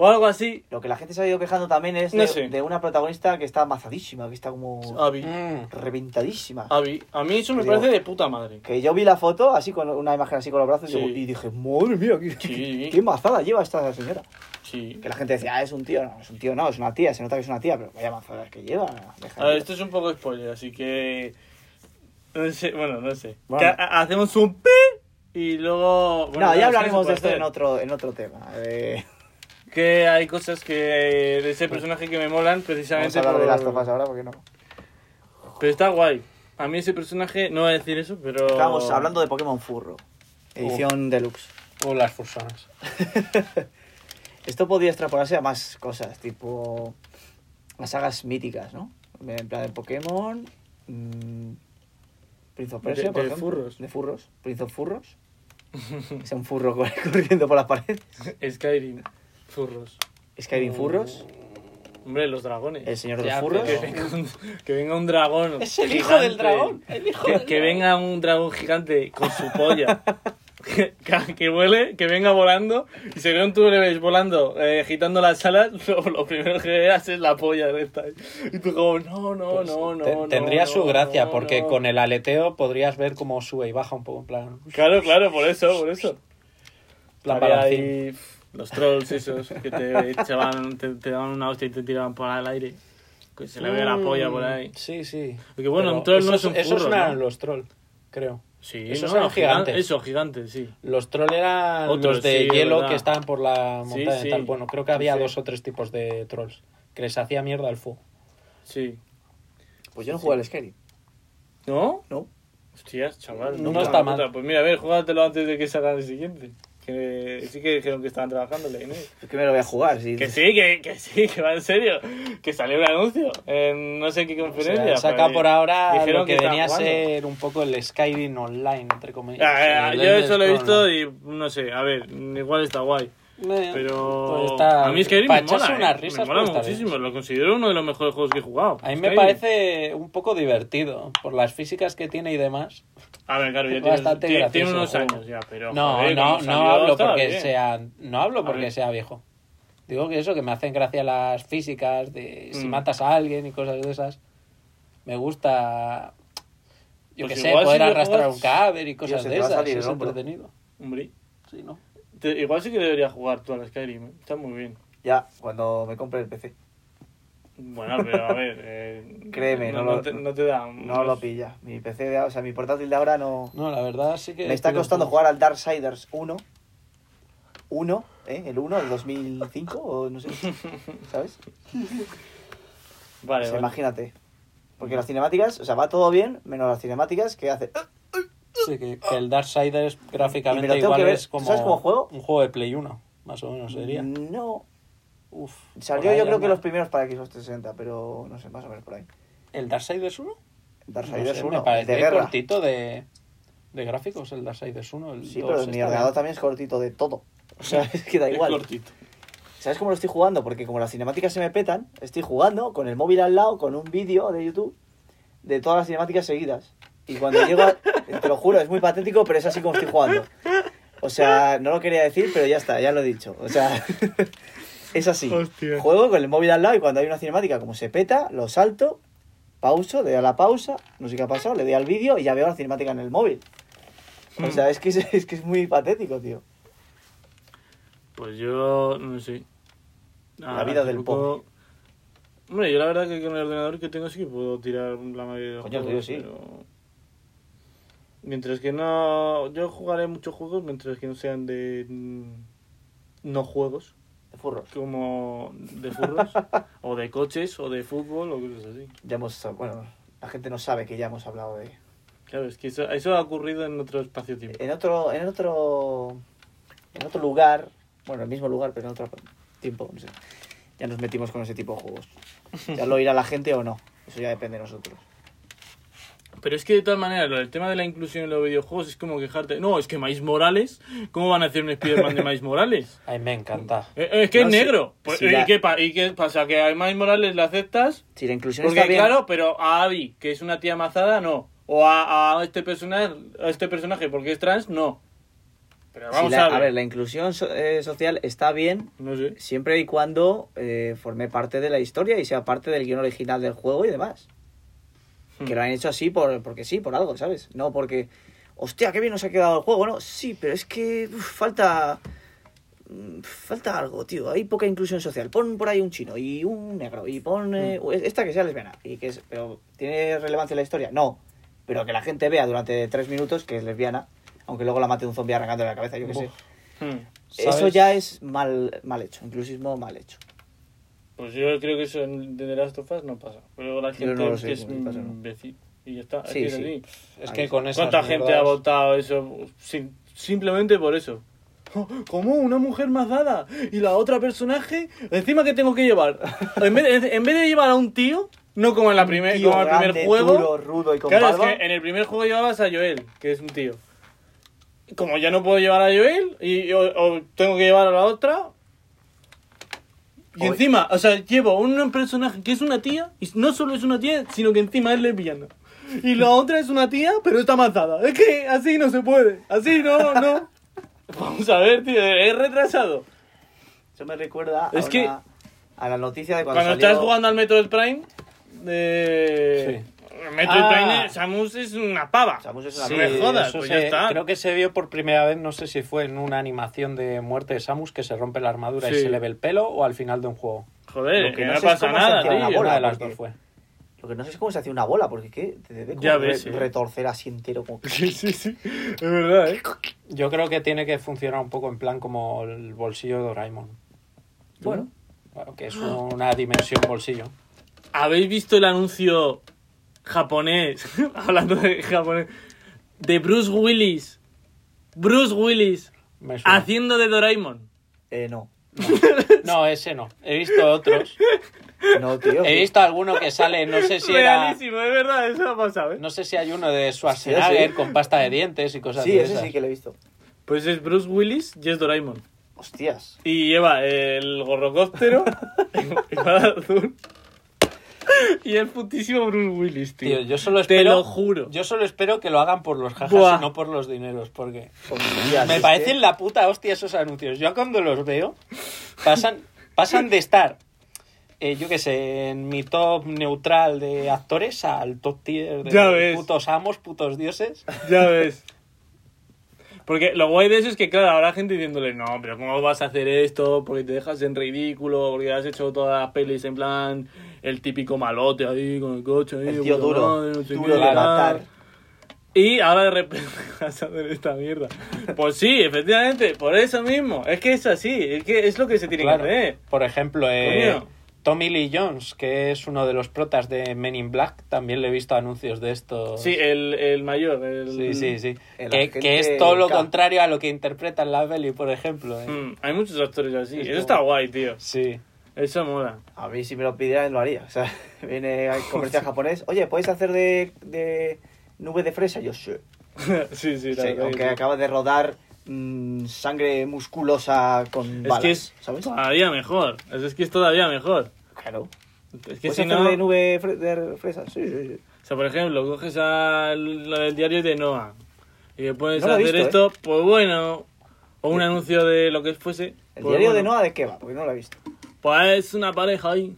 O algo así.
Lo que la gente se ha ido quejando también es de,
No sé. Ah.
de una protagonista que está amazadísima, que está como
Avi.
Mm.
reventadísima.
Avi. A mí eso me
Digo-
parece de puta madre.
Que yo vi la foto, así con una imagen así con los brazos, y
Sí.
digo- y dije, madre mía, qué,
Sí.
qué mazada lleva esta señora.
Sí.
Que la gente decía, ah, es un tío, no, es un tío, no, es una tía, se nota que es una tía, pero vaya mazadas que lleva. deja
A ver,
de-
esto es un poco spoiler, así que... No sé, bueno, no sé.
Bueno.
Que ha- ha- hacemos un pi y luego... bueno,
no,
claro,
ya
es que
hablaremos
se
de
puede
esto
hacer.
en otro, en otro tema. eh,
Que hay cosas que... de ese personaje que me molan
vamos
precisamente
a hablar de
por-
las tofas ahora porque no.
Pero está guay. A mí ese personaje, no voy a decir eso, pero...
Estábamos hablando de Pokémon Furro, edición deluxe.
O las fursonas.
Esto podría extrapolarse a más cosas, tipo las sagas míticas, ¿no? En plan de Pokémon, mm, Prince of
De-
Persia, por
de
ejemplo.
furros.
De furros. Prince of Furros. Es un furro cor- corriendo por las paredes.
Skyrim. Furros. Oh.
Skyrim Furros.
Hombre, los dragones.
El señor de
Ya,
furros.
Que venga un, que venga un dragón.
Es el hijo
gigante.
del dragón,
que, que venga un dragón gigante con su polla. que, que- que vuele, que venga volando. Y según tú le ves volando, eh, agitando las alas, lo, lo primero que haces es la polla de esta. Y tú como, no, no, no, no.
Pues Te-
no,
tendría
no,
su gracia,
no,
porque
no".
con el aleteo podrías ver cómo sube y baja un poco en plan.
Claro, claro, por eso, por eso.
plan
Estaría
balancín.
ahí, pf, los trolls esos que te echaban, te, te daban una hostia y te tiraban por al aire. Que se le ve la polla
Mm,
por ahí.
Sí, sí.
Porque bueno,
Pero
un troll no
esos-
es un
Esos
furro,
eran
¿no?
los troll, creo.
Sí,
Esos
no,
eran
gigan-
gigantes.
Eso, gigantes, sí.
Los troll eran
Otros,
los de
sí,
hielo
verdad.
que estaban por la
Sí,
montaña
sí.
y tal. Bueno, creo que había
Sí.
dos o tres tipos de trolls que les hacía mierda el fuego.
Sí.
Pues yo no jugué al Skyrim.
¿No?
No.
Hostias, chaval.
No
puta
está
puta.
mal.
Pues mira, a ver, jugátelo antes de que salga el siguiente. Que sí que dijeron que estaban trabajando en él.
Es que me lo voy a jugar. sí.
E Que sí, que, que sí, que va en serio. Que salió un anuncio en no sé qué
O sea,
conferencia.
saca
pero-
por ahora
dijeron
lo que,
que
venía a
estaban jugando.
ser un poco el Skyrim online, entre comillas.
Ah, ah,
El
yo
Elder
eso lo he
Scrolls
visto
Online.
y no sé, a ver, igual está guay.
Eh,
Pero
pues está-
a mí Skyrim
pa'
me mola,
echarse
eh.
unas risas,
me mola
pues está bien.
muchísimo, lo considero uno de los mejores juegos que he jugado.
A mí me
Skyrim.
parece un poco divertido por las físicas que tiene y demás.
A ver, claro, ya
es
tienes-
bastante
ti- tiene,
gracioso el
unos
juego.
años ya, pero
no,
joder,
no,
cuando
no
salió
hablo
estaba
porque
bien.
sea, no hablo porque
ver.
sea viejo. Digo que eso, que me hacen gracia las físicas de si
Mm.
matas a alguien y cosas de esas. Me gusta, yo
Pues
que sé,
igual si
poder
lo
arrastrar
juegas-
un cadáver y cosas
se
de
te va a
esas.
salir el
es
hombro.
entretenido.
Hombre,
Sí, ¿no?
te- igual sí que debería jugar tú al Skyrim, eh. está muy bien.
Ya, cuando me compre el PC.
Bueno, pero a ver, eh,
Créeme,
no,
no lo-
no te, no te da
No lo pilla. Mi PC, de, o sea, mi portátil de ahora no.
No, la verdad sí que...
Me está
pido
costando
un-
jugar al Darksiders 1. 1, ¿eh? El 1, el 2005 o no sé. ¿Sabes?
Vale,
O sea,
vale.
imagínate. Porque las cinemáticas, o sea, va todo bien, menos las cinemáticas que hace. ¡ah!
Sí, que, que el Darksiders
Y me lo
gráficamente
tengo
igual
que ver.
es
¿Tú
como...
sabes cómo juego?
Un juego de Play 1, más o menos sería.
No.
Uf, por
Salió
ahí
yo creo que
anda.
los primeros para Xbox 360, pero no sé, más o menos por ahí.
¿El Darksiders 1? No
Darksiders
sé,
1,
me parece
de guerra.
cortito de, de gráficos el Darksiders 1. El
Sí,
2
pero
está
mi ordenador
bien.
también es cortito de todo. O sea, es que da
Es
igual.
cortito.
¿Sabes cómo lo estoy jugando? Porque como las cinemáticas se me petan, estoy jugando con el móvil al lado, con un vídeo de YouTube, de todas las cinemáticas seguidas. Y cuando llego, a- te lo juro, es muy patético, pero es así como estoy jugando. O sea, no lo quería decir, pero ya está, ya lo he dicho. O sea, es así.
Hostia.
Juego con el móvil al lado y cuando hay una cinemática, como se peta, lo salto, pauso, le doy a la pausa, no sé qué ha pasado, le doy al vídeo y ya veo la cinemática en el móvil. O sea, es que es, es que es muy patético, tío.
Pues yo, no sé.
La vida del
tampoco- Hombre, yo la verdad que con el ordenador que tengo sí que puedo tirar la mayoría de los
Coño, el
juegos,
tuyo sí.
pero- Mientras que no... Yo jugaré muchos juegos mientras que no sean de... mm, No juegos,
De furros.
como de furros, o de coches, o de fútbol, o cosas así.
Ya hemos, bueno, la gente no sabe que ya hemos hablado de...
Claro, es que eso, eso ha ocurrido en otro espacio-tiempo.
en otro en otro en otro lugar bueno el mismo lugar pero en otro tiempo no sé. ya nos metimos con ese tipo de juegos ya lo irá la gente o no eso ya depende de nosotros
Pero es que de todas maneras, lo del tema de la inclusión en los videojuegos es como quejarte... No, es que Maíz Morales... ¿Cómo van a hacer un Spider-Man de Maíz Morales?
Ay, me encanta.
Eh, eh, Es que
No,
es
si-
negro. Pues,
si
¿y,
la-
qué pa- y qué pasa? ¿Que a Miles Morales le aceptas?
si la inclusión
Porque
está bien
claro, pero a Abby, que es una tía mazada, no. O a, a este, personaje, a este personaje, porque es trans, no. Pero
si
vamos
la-
a ver.
la inclusión so- eh, social está bien
No sé.
siempre y cuando eh, forme parte de la historia y sea parte del guión original del juego y demás que lo han hecho así por, porque sí, por algo, ¿sabes? No porque, hostia, qué bien nos ha quedado el juego, ¿no? Sí, pero es que uf, falta... mm, Falta algo, tío. Hay poca inclusión social. Pon por ahí un chino y un negro y pon eh, esta que sea lesbiana. Y que es, pero ¿Tiene relevancia en la historia? No. Pero que la gente vea durante tres minutos que es lesbiana, aunque luego la mate un zombie arrancándole la cabeza, yo qué sé.
Buf,
Hmm.
Eso
¿sabes?
ya es mal, mal hecho, inclusismo mal hecho.
Pues yo creo que eso en- de The Last of Us no pasa. Pero la
Yo
gente
no lo
que
sé,
es
no pasa, no.
vecino. Y ya está. es
Sí,
que es
sí.
así.
Es que con esas
¿Cuánta gente
mierdas-
ha votado eso sin- simplemente por eso? ¡Oh! ¿Cómo? Una mujer más dada y la otra personaje, encima que tengo que llevar. En vez, en vez de llevar a un tío, no como en la primer,
Tío
Eh, como en el
grande,
primer juego.
duro, rudo y con
claro,
barba.
es que eh, en el primer juego llevabas a Joel, que es un tío. Como ya no puedo llevar a Joel, y, o, o tengo que llevar a la otra. Y
Oye.
encima, o sea, llevo un personaje que es una tía, y no solo es una tía, sino que encima es lesbiana. Y la otra es una tía, pero está matada. Es que así no se puede. Así no, no. Vamos a ver, tío, es retrasado.
Eso me recuerda a,
Es que-
una- a la noticia de cuando,
Cuando
salió-
estás jugando al Metroid Prime, eh... Metroid
Ah.
Prime, eh, Samus es una pava.
Samus es una
Sí,
No me jodas,
eso
pues
se-
ya está.
Creo que se vio por primera vez, no sé si fue en una animación de muerte de Samus que se rompe la armadura y
Sí.
se le ve el pelo o al final de un juego.
Joder,
Lo que
que
no
no,
sé es
pasa
cómo
nada,
se encierra la
tío.
bola,
una de las
porque-
dos fue.
Lo que no sé es cómo se hace una bola, porque ¿qué? Te debe como
Ya
re-
ves, eh.
retorcer así entero. como-
Sí, sí, sí. Es verdad, ¿eh?
Yo creo que tiene que funcionar un poco en plan como el bolsillo de Doraemon.
Bueno,
Claro, que es una dimensión bolsillo.
¿Habéis visto el anuncio japonés? Hablando de japonés. De Bruce Willis. Bruce Willis
Me suena.
haciendo de Doraemon.
eh, no.
No, ese no. He visto otros.
No, tío.
He visto alguno que sale, no sé si era.
Realísimo, es verdad, eso ha pasado, ¿eh?
No sé si hay uno de Schwarzenegger
sí.
con pasta de dientes y cosas
Sí,
de
ese
esas.
sí que lo he visto.
Pues es Bruce Willis y es Doraemon.
Hostias.
Y lleva el gorrocóptero, el bala azul y el putísimo Bruce Willis, tío.
Tío, yo solo
Te
espero.
lo juro.
Yo solo espero que lo hagan por los jajas
Buah.
y no por los dineros, porque.
Hostias,
Me
es
parecen
que-
la puta hostia esos anuncios. Yo cuando los veo, pasan, pasan de estar, eh, yo qué sé, en mi top neutral de actores al top tier de
Ya ves.
putos amos, putos dioses.
Ya ves. Porque lo guay de eso es que, claro, habrá gente diciéndole, no, pero ¿cómo vas a hacer esto? Porque te dejas en ridículo, porque has hecho todas las pelis en plan el típico malote ahí con el coche. Ahí,
El tío
puta
duro.
madre, no sé
duro
qué,
de
tal".
matar.
Y ahora de repente vas a hacer esta mierda. Pues sí, efectivamente, por eso mismo. Es que es así, es que es lo que se tiene
Claro.
que hacer.
Por ejemplo, eh,
Coño.
Tommy Lee Jones, que es uno de los protas de Men in Black, también le he visto anuncios de estos.
Sí, el, el mayor. El...
sí, sí. sí.
El
Que,
agente
que es todo lo
K.
contrario a lo que interpreta en la peli, por ejemplo. eh.
Mm, hay muchos actores así.
Es
Eso
como-
está guay, tío.
Sí.
Eso mola.
A mí si me lo pidieran lo haría. O sea, viene al comercial japonés. Oye, ¿podéis hacer de, de nube de fresa? Yo sí.
sí,
Sí,
sí, la verdad
aunque
que sí.
acaba de rodar mm, sangre musculosa con
Es
balas.
que es
¿Sabes?
todavía mejor. Es es que es todavía mejor.
Claro.
Es que
¿Puedes
si
hacer
no.
Pues de nube fre- de fresa? Sí, sí, sí.
O sea, por ejemplo, coges al lo del diario de Noah y le pones
No lo
a
he
hacer
visto, ¿eh?
esto, pues bueno. O un anuncio de lo que fuese.
¿El
pues
diario de
bueno.
Noah de qué va? Porque no lo he visto.
Pues es una pareja ahí.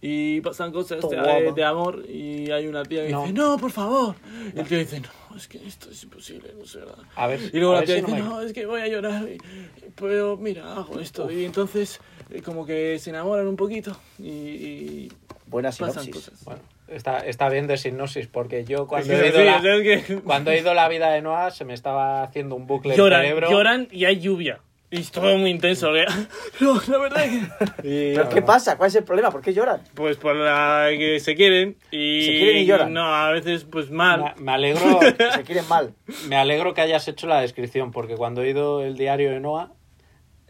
Y pasan cosas
Todo
de,
guapa.
de amor y hay una tía que
No.
dice, no, por favor. Y el tío dice, no, es que esto es imposible, no sé nada.
A ver,
Y luego
a
la
ver
tía
si
dice,
no me-
no, es que voy a llorar, y- pero mira, hago esto. Y entonces eh, como que se enamoran un poquito y, y
Buena
pasan
sinopsis.
cosas.
Bueno, está, está bien de sinopsis, porque yo cuando
Es
he
que
ido
sí,
la...
o sea, es que
Cuando he ido la vida de Noah se me estaba haciendo un bucle en el
lloran,
cerebro.
lloran y hay lluvia. Y es todo muy intenso. que- No, la verdad que... Y-
¿Pero qué pasa? ¿Cuál es el problema? ¿Por qué lloran?
Pues por la que se quieren y...
Se quieren y lloran.
No, a veces pues mal.
Me- Me alegro,
Se quieren mal.
me alegro que hayas hecho la descripción, porque cuando he ido el diario de Noah,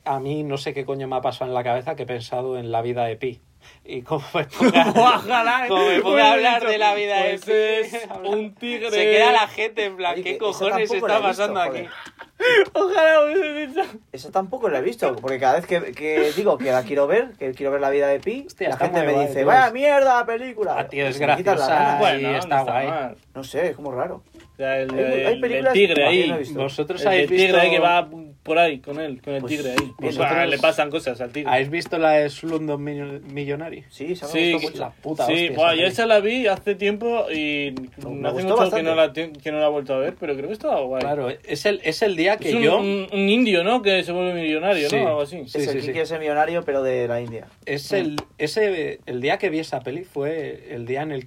a mí no sé qué coño me ha pasado en la cabeza que he pensado en la vida de Pi. Y como me ponga,
Ojalá.
como me ponga a
Hubiera
hablar
dicho,
de la vida
pues
de Pi.
es un tigre.
Se queda la gente en plan,
Oye, que
¿qué
esa
cojones
tampoco
está
la he visto,
pasando
joder.
aquí?
Ojalá hubiese dicho.
Eso tampoco lo he visto, porque cada vez que, que digo que la quiero ver, que quiero ver la vida de Pi,
Hostia,
la
está
gente
muy
me
guay,
dice,
tío.
¡vaya mierda la película!
Ah, tío, es
Y se me quitan las
graciosa.
ganas.
Bueno, no está guay.
mal.
No sé, es como raro.
O sea, el,
Hay mu- hay
el- el
películas-
tigre
Ah,
ahí.
yo no he visto.
Vosotros
El
habéis
del tigre ahí
visto...
que va por ahí con él, con el
Pues,
tigre ahí.
bien,
Pues, ah,
vosotros-
le pasan cosas al tigre.
¿Habéis visto la de Slumdog Millionaire? Millonary?
Sí, se me
Sí,
gustó mucho.
La puta
sí,
hostia,
guau,
esa
yo esa la vi hace tiempo y
Me
hace
gustó
mucho que
bastante.
no, la, te- que no la he vuelto a ver, pero creo que estaba guay.
Claro, es el, es el día que
es un,
yo...
un- un indio, ¿no? Que se vuelve millonario,
Sí.
¿no? Algo así.
Sí.
es el que quiere ser millonario, pero de la India.
Es el, ese, el día que vi esa peli fue el día en el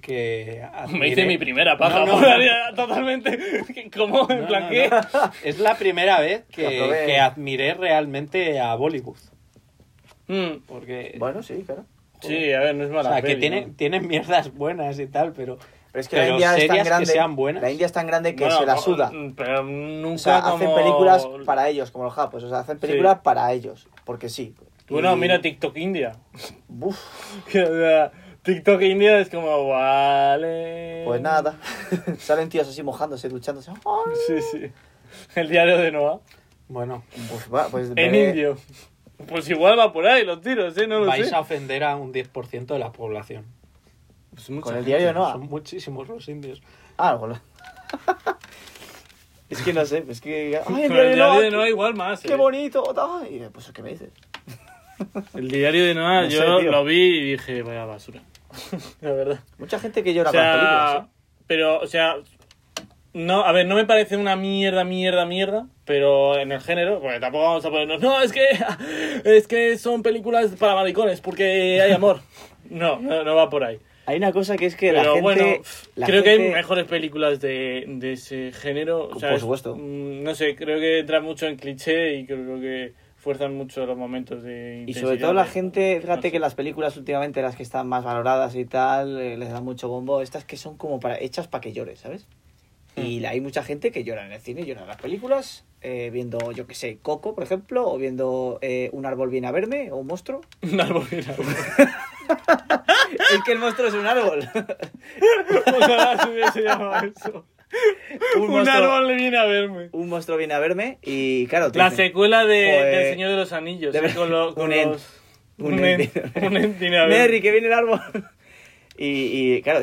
que...
Me
admiré-
hice mi primera paja.
No, no,
por
no.
ahí, totalmente. ¿Cómo? ¿En
No,
plan
no,
qué?
no. Es la primera vez
La
que,
probé.
que admiré realmente a Bollywood.
Mm,
Porque...
Bueno, sí, claro.
Sí, a ver, no es
o
mala.
sea, que
peli,
tiene,
¿no?
tiene mierdas buenas y tal, pero...
Pero es que la
Pero
India es
series
tan
que
grande.
sean buenas.
La India es tan grande que
Bueno,
se la
no,
suda.
Pero nunca
O sea, hacen
como-
películas para ellos, como los japos. O sea, hacen películas
Sí.
para ellos. Porque sí.
Bueno,
Y-
mira TikTok India.
Uf,
Que, o sea, TikTok India es como, vale.
pues nada. Salen tíos así mojándose, duchándose. Ay,
Sí, sí. El diario de Noah.
Bueno,
Pues va, pues
En
veré-
indio. Pues igual va por ahí los tiros, ¿eh? No lo
vais
sé.
a ofender a un 10% de la población.
Pues mucha
Con el
gente.
diario de Noah.
Son muchísimos los indios.
Ah, algo. lo- Es que no sé, es que. ¡Ay,
Con el diario de Noah igual más.
¡Qué
eh.
bonito! Ay, pues, ¿qué me dices?
El diario de Noah
No sé,
yo
tío.
lo vi y dije, vaya basura. La verdad.
Mucha gente que llora
O
con las películas. ¿eh?
sea, pero, o sea, no, a ver, no me parece una mierda, mierda, mierda, pero en el género, porque tampoco vamos a ponernos, no, es que, es que son películas para maricones, porque hay amor. No, no, no va por ahí.
¿eh? Hay una cosa que es que la
Pero
gente.
bueno,
la
creo que hay
gente-
mejores películas de, de ese género. o sea,
Por
es-
supuesto.
mm, no sé, creo que entra mucho en cliché y creo que fuerzan mucho los momentos de
Y sobre
intensidad
todo la
de-
gente, fíjate
no
que
sé.
las películas últimamente, las que están más valoradas y tal, eh, les dan mucho bombo. Estas que son como para hechas para que llores, ¿sabes? Y
Hmm.
la- hay mucha gente que llora en el cine, llora en las películas, eh, viendo, yo que sé, Coco, por ejemplo, o viendo eh, Un árbol viene a verme, o un monstruo.
Un árbol, mira.
es que el monstruo es un árbol.
Ojalá se hubiese llamado eso.
un,
Un
monstruo,
árbol le viene a verme.
un monstruo viene a verme y, claro, te
La
dicen,
secuela de,
Joder.
del Señor de los Anillos.
De
eh,
ver-
con lo- con
un ent.
los-
Un
un
ent.
ent- un ent viene a verme.
Merry, que viene el árbol. Y, y, claro,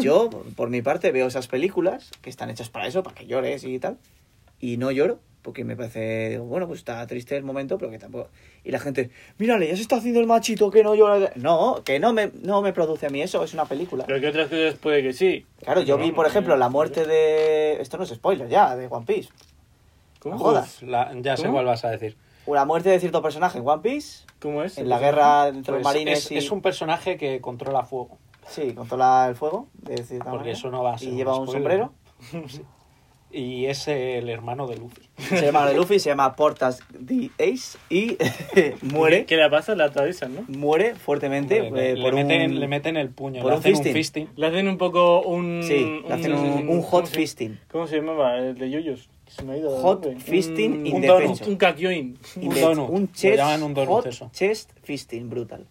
yo por mi parte veo esas películas que están hechas para eso, para que llores y tal. Y no lloro, porque me parece, digo, bueno, pues está triste el momento, pero que tampoco. Y la gente, mírale, ya se está haciendo el machito que no llora. No, que no me, no me produce a mí eso, es una película.
Pero que otras cosas puede que sí.
Claro, yo
Pero
vi,
vamos,
por ejemplo,
eh,
la muerte de. Esto no es spoiler ya, de One Piece.
¿Cómo?
No jodas.
Uf, la- ya sé
¿Cómo?
cuál vas a decir.
O la muerte de cierto personaje en One Piece,
¿Cómo es?
en la guerra entre los
Pues
marines.
es,
y...
es un personaje que controla fuego.
Sí, controla el fuego, de cierta
Porque
manera.
eso no va a ser
Y
un
lleva un
spoiler.
sombrero.
Y es el hermano de Luffy.
Se llama de Luffy, se llama Portas the Ace y muere.
¿Qué le pasa? La atraviesan, ¿no?
Muere fuertemente
Hombre, le,
eh,
le
por
meten,
un...
le meten el puño,
por
le
un
hacen
fisting.
un fisting.
Le hacen un poco un.
Sí, le hacen un, un
¿cómo
hot
se-
fisting.
¿Cómo se llamaba? El de Yoyos. Se me ha ido.
Hot
¿dónde?
fisting
Un-
in
un
the
donut,
pecho.
Un kakyoin.
Y
Un
le-
donut,
Un
lo
chest,
llaman un donut
hot
eso.
chest fisting brutal.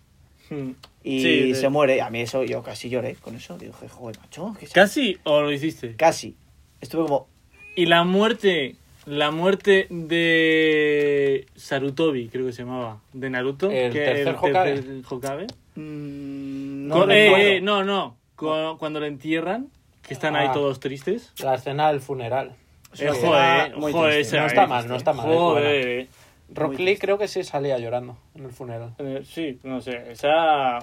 Hmm.
Y
Sí, de-
se muere. A mí eso, yo casi lloré con eso. Digo, joder, macho. ¿qué es esto?".
¿Casi o lo hiciste?
Casi. Estuve como...
Y la muerte. La muerte de Sarutobi, creo que se llamaba, de Naruto.
El
que
tercer Hokage.
tercer Hokage.
mm,
Con-
no
eh,
recuerdo.
eh, no, no. Con- Cuando lo entierran, que están ahí
Ah.
todos tristes.
La escena del funeral.
Es
Eh,
una
joder,
escena Ah, muy
joder,
triste.
esa
No
es.
está mal, no está mal, es
Joder, eh.
Rock
Muy
Lee
triste.
creo que sí salía llorando en el funeral.
Eh, sí, no sé. Esa.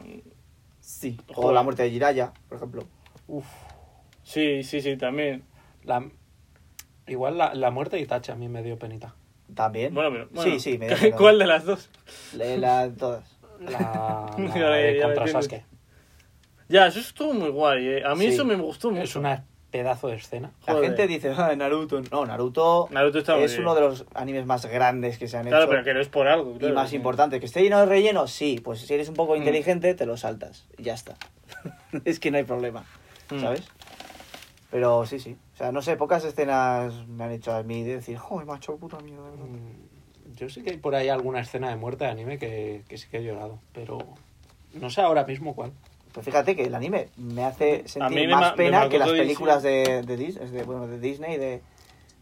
Sí. O
Joder.
la muerte de Jiraya, por ejemplo.
Uf,
Sí, sí, sí, también.
la- igual la, la muerte de Itachi a mí me dio penita.
También.
Bueno, pero. bueno.
Sí, sí. me dio pena.
¿Cuál de las dos?
Le- la- todas.
La, la
Ya,
de
ya, ya
contra
entiendo.
Sasuke.
Ya, eso estuvo muy guay, eh. A mí
Sí.
eso me gustó mucho.
Es una pedazo de escena.
La
Joder.
gente dice, ah, Naruto. No, Naruto,
Naruto está muy
es
bien.
uno de los animes más grandes que se han
Claro,
hecho.
pero que no es por algo.
Y
claro,
más
sí. Mm.
importante, que esté lleno de relleno, sí, pues si eres un poco inteligente, te lo saltas. y Ya está. es que no hay problema,
Mm.
¿sabes? Pero sí, sí. O sea, no sé, pocas escenas me han hecho a mí de decir, joder, macho, puta mierda. de verdad".
Mm, Yo sé que hay por ahí alguna escena de muerte de anime que, que sí que he llorado, pero no sé ahora mismo cuál.
Pues fíjate que el anime me hace
mí
sentir
me ma-
más
me
pena
marcó
que las
todo y sí.
películas de, de, Dis- de, bueno, de Disney, de,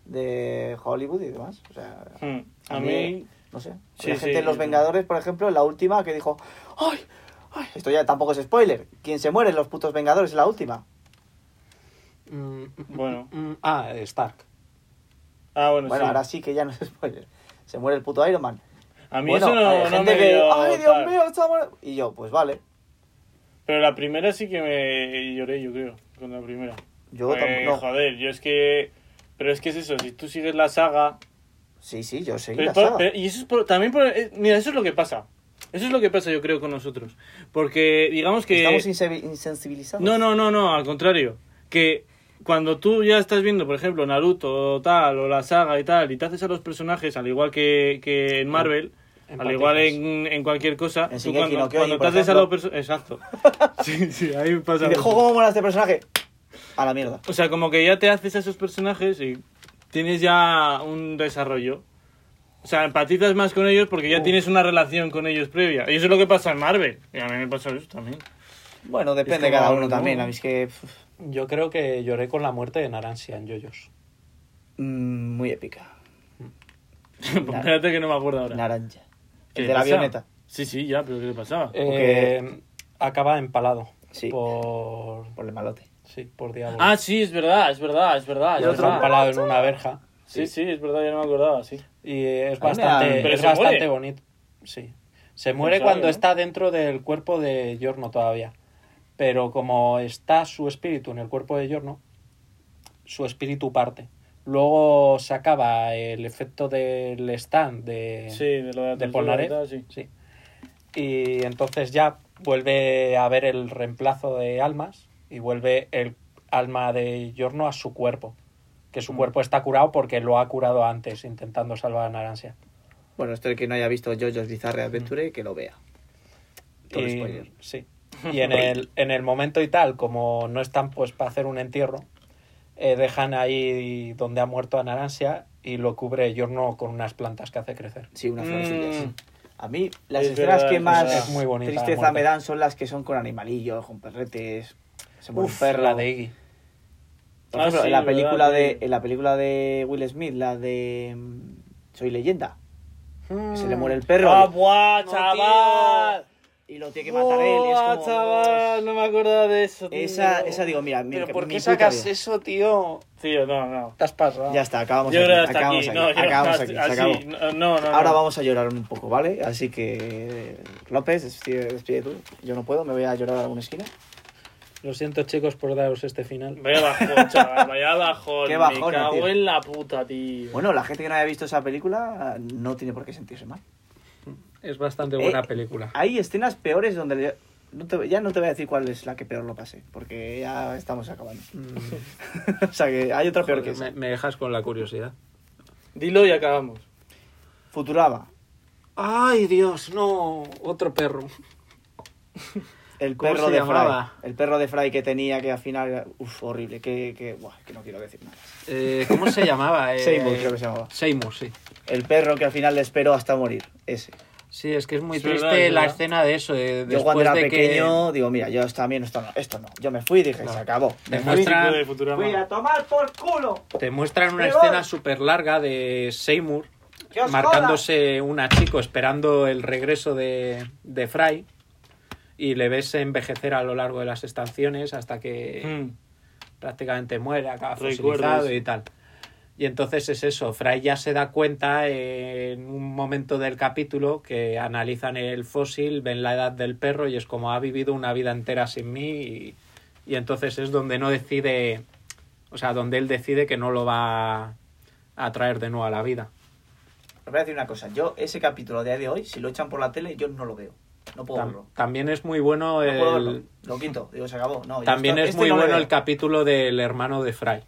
de Hollywood y demás. O sea,
Mm. A
A
mí.
mí- No sé.
Sí,
la
sí,
gente en Los
yo-
Vengadores, por ejemplo, en la última que dijo, ¡ay! ¡Ay! Esto ya tampoco es spoiler. Quien se muere en los putos Vengadores es la última.
Mm, mm,
Bueno.
mm, mm, ah, Stark.
Ah, bueno,
Bueno,
sí.
ahora sí que ya no es spoiler. Se muere el puto Iron Man.
A mí
bueno,
eso no,
hay
no
gente
me
que,
dio
¡ay, Dios
tal.
mío! Está muerto". Y yo, pues vale.
Pero la primera sí que me lloré, yo creo, con la primera.
Yo
Pues,
tampoco. no.
Joder, yo es que... Pero es que es eso, si tú sigues la saga...
Sí, sí, yo seguí
Pero
la
por-
saga.
pero- y eso es por- también por- eh, Mira, eso es lo que pasa. Eso es lo que pasa, yo creo, con nosotros. Porque digamos que...
Estamos insevi- insensibilizados.
No, no, no, no, al contrario. Que cuando tú ya estás viendo, por ejemplo, Naruto o tal, o la saga y tal, y te haces a los personajes, al igual que, que en Marvel,
En
al igual
patitas.
en, en cualquier cosa,
En
tú
Shingeki
cuando,
no Kyojin,
cuando te
por
haces a los
ejemplo.
personajes... Exacto. Sí, sí, ahí pasa.
Y de
mucho.
juego mola este personaje. A la mierda.
O sea, como que ya te haces a esos personajes y tienes ya un desarrollo. O sea, empatizas más con ellos porque ya tienes una relación con ellos previa. Y eso es lo que pasa en Marvel. Y a mí me pasa eso también.
Bueno,
Es
depende
como
de cada
ahora,
uno
¿no?
también. A mí es que. pff,
Yo creo que lloré con la muerte de Narancia en Yoyos.
mm, muy épica.
Espérate que no me acuerdo ahora.
Naranja.
¿Qué
El
le
de la
pasaba?
avioneta.
Sí, sí, ya, pero ¿qué le pasaba?
Eh, Acaba empalado.
Sí.
Por.
Por el malote.
Sí, por diablo.
ah, sí, es Ah, verdad, es verdad, es verdad. es
Y otro
verdad.
empalado en una verja.
Sí, sí, es verdad, yo no me acordaba, sí.
Y
me
es
da-
bastante,
Pero
es
se
bastante
muere.
bonito. Sí. Se muere
sabe,
cuando
¿no?
está dentro del cuerpo de Yorno todavía. Pero como está su espíritu en el cuerpo de Yorno, su espíritu parte. Luego se acaba el efecto del stand de,
Sí, de lo de,
de
la
Polnareff.
verdad, sí.
Sí. Y entonces ya vuelve a haber el reemplazo de almas y vuelve el alma de Yorno a su cuerpo. Que su
Mm.
cuerpo está curado porque lo ha curado antes intentando salvar a Narancia.
Bueno, esto el que no haya visto JoJo's Bizarre Adventure, que lo vea. Todo
y,
spoiler.
Sí. Y en el, en el momento y tal, como no están pues para hacer un entierro, eh, dejan ahí donde ha muerto a Narancia y lo cubre Yorno con unas plantas que hace crecer.
Sí, unas
Mm.
florecillas. A mí, las
Es
escenas
verdad,
que
es
más
verdad. Es
muy bonita la
tristeza
muerte.
me dan son las que son con animalillos, con perretes. Se muere un
Uf,
perro.
la de Iggy.
Por
Ah,
ejemplo,
sí,
en, la
verdad,
película de,
sí.
en la película de Will Smith, la de mm, Soy Leyenda, que se le muere el perro
¡Ah, buah,
No,
chaval!
y lo tiene que matar él. y es
Buah,
como-
chaval! No me acordaba de eso, tío.
Esa, esa digo, mira, mira.
Pero ¿por
mi
qué
puta
sacas
vida.
eso, tío?
Tío, no, no.
Te has pasado.
Ya está, acabamos
Yo
aquí.
creo que hasta
acabamos aquí,
aquí. No, yo-
acabamos
no,
aquí, se
así,
acabó.
No, no, no.
Ahora
no.
vamos a llorar un poco, ¿vale? Así que, López, despide, despide tú. Yo no puedo, me voy a llorar a alguna esquina.
Lo siento, chicos, por daros este final.
Vaya bajón, chaval, vaya bajón.
Qué bajona,
Me cago
tío.
en la puta, tío.
Bueno, la gente que no haya visto esa película no tiene por qué sentirse mal.
Es bastante
buena
buena
Eh,
película.
Hay escenas peores donde... yo- no te- ya no te voy a decir cuál es la que peor lo pasé, porque ya estamos acabando. o sea que hay otra peor que esa.
Mm. me, dejas con la curiosidad.
Dilo y acabamos.
Futurama.
¡Ay, Dios! No, otro perro.
El
¿Cómo
perro
se
de
llamaba?
Fry. El perro de Fry que tenía que al final... Uf, horrible. Que, que, buah, que no quiero decir nada.
Eh, ¿Cómo se llamaba? Eh,
Seymour creo que se llamaba.
Seymour, sí.
El perro que al final le esperó hasta morir. Ese.
Sí, es que es muy
Es
triste
verdad, es
la
verdad.
escena de eso. de-
yo cuando
después
era
de que-
pequeño digo, mira, yo también esto no, esto no. Yo me fui y dije,
Claro.
se acabó. Me fui.
Demuestra-
Típico de Futurama.
Fui a tomar por culo.
Te muestran una
Me
escena
voy.
súper larga de Seymour
Que os
marcándose un achico esperando el regreso de, de Fry y le ves envejecer a lo largo de las estaciones hasta que
Hmm.
Mm.
prácticamente muere, acaba
Recuerdo
fosilizado
eso.
y tal. Y entonces es eso, Fry ya se da cuenta eh, en un momento del capítulo que analizan el fósil, ven la edad del perro y es como ha vivido una vida entera sin mí y, y entonces es donde no decide, o sea, donde él decide que no lo va a traer de nuevo a la vida.
Os voy a decir una cosa. Yo ese capítulo de día de hoy, si lo echan por la tele, yo no lo veo. No puedo
Tam-
verlo.
también es muy bueno
No puedo
el,
verlo. Lo quito. Digo, se acabó. No, yo
También
esto-
es
este
muy
no le
bueno
veo.
el capítulo del hermano de Fry,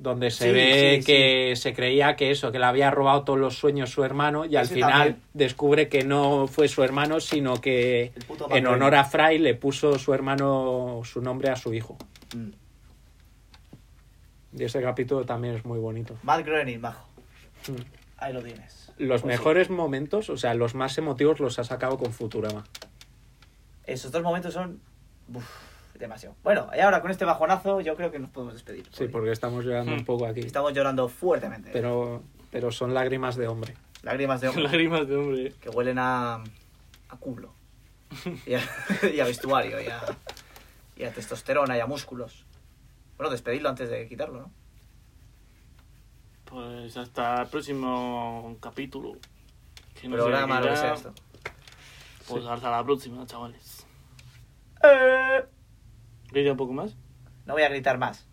donde se
Sí,
ve
sí,
que se creía que eso, que le había robado todos los sueños su hermano y al
Ese
final
también.
descubre que no fue su hermano, sino que
El puto
en
Manuel.
honor a Fry le puso su hermano su nombre a su hijo.
Mm.
Y ese capítulo también es muy bonito.
Matt Groening, majo.
Mm.
Ahí lo tienes. Pues
Los
sí.
mejores momentos, o sea, los más emotivos los ha sacado con Futurama.
Esos dos momentos son... uf, demasiado. Bueno, y ahora con este bajonazo yo creo que nos podemos despedir.
Sí,
hoy.
porque estamos llorando
Mm.
Hmm.
un poco aquí.
Estamos llorando fuertemente.
Pero, pero son lágrimas de hombre.
Lágrimas de hombre.
Lágrimas de hombre.
que huelen a, a culo. Y a, y a vestuario, y a, y a testosterona, y a músculos. Bueno, despedirlo antes de quitarlo, ¿no?
Pues hasta el próximo capítulo. Que no sé
Programa,
qué
lo que
irá.
sea esto.
Pues hasta la próxima, chavales.
Eh,
¿Grita un poco más?
No voy a gritar más.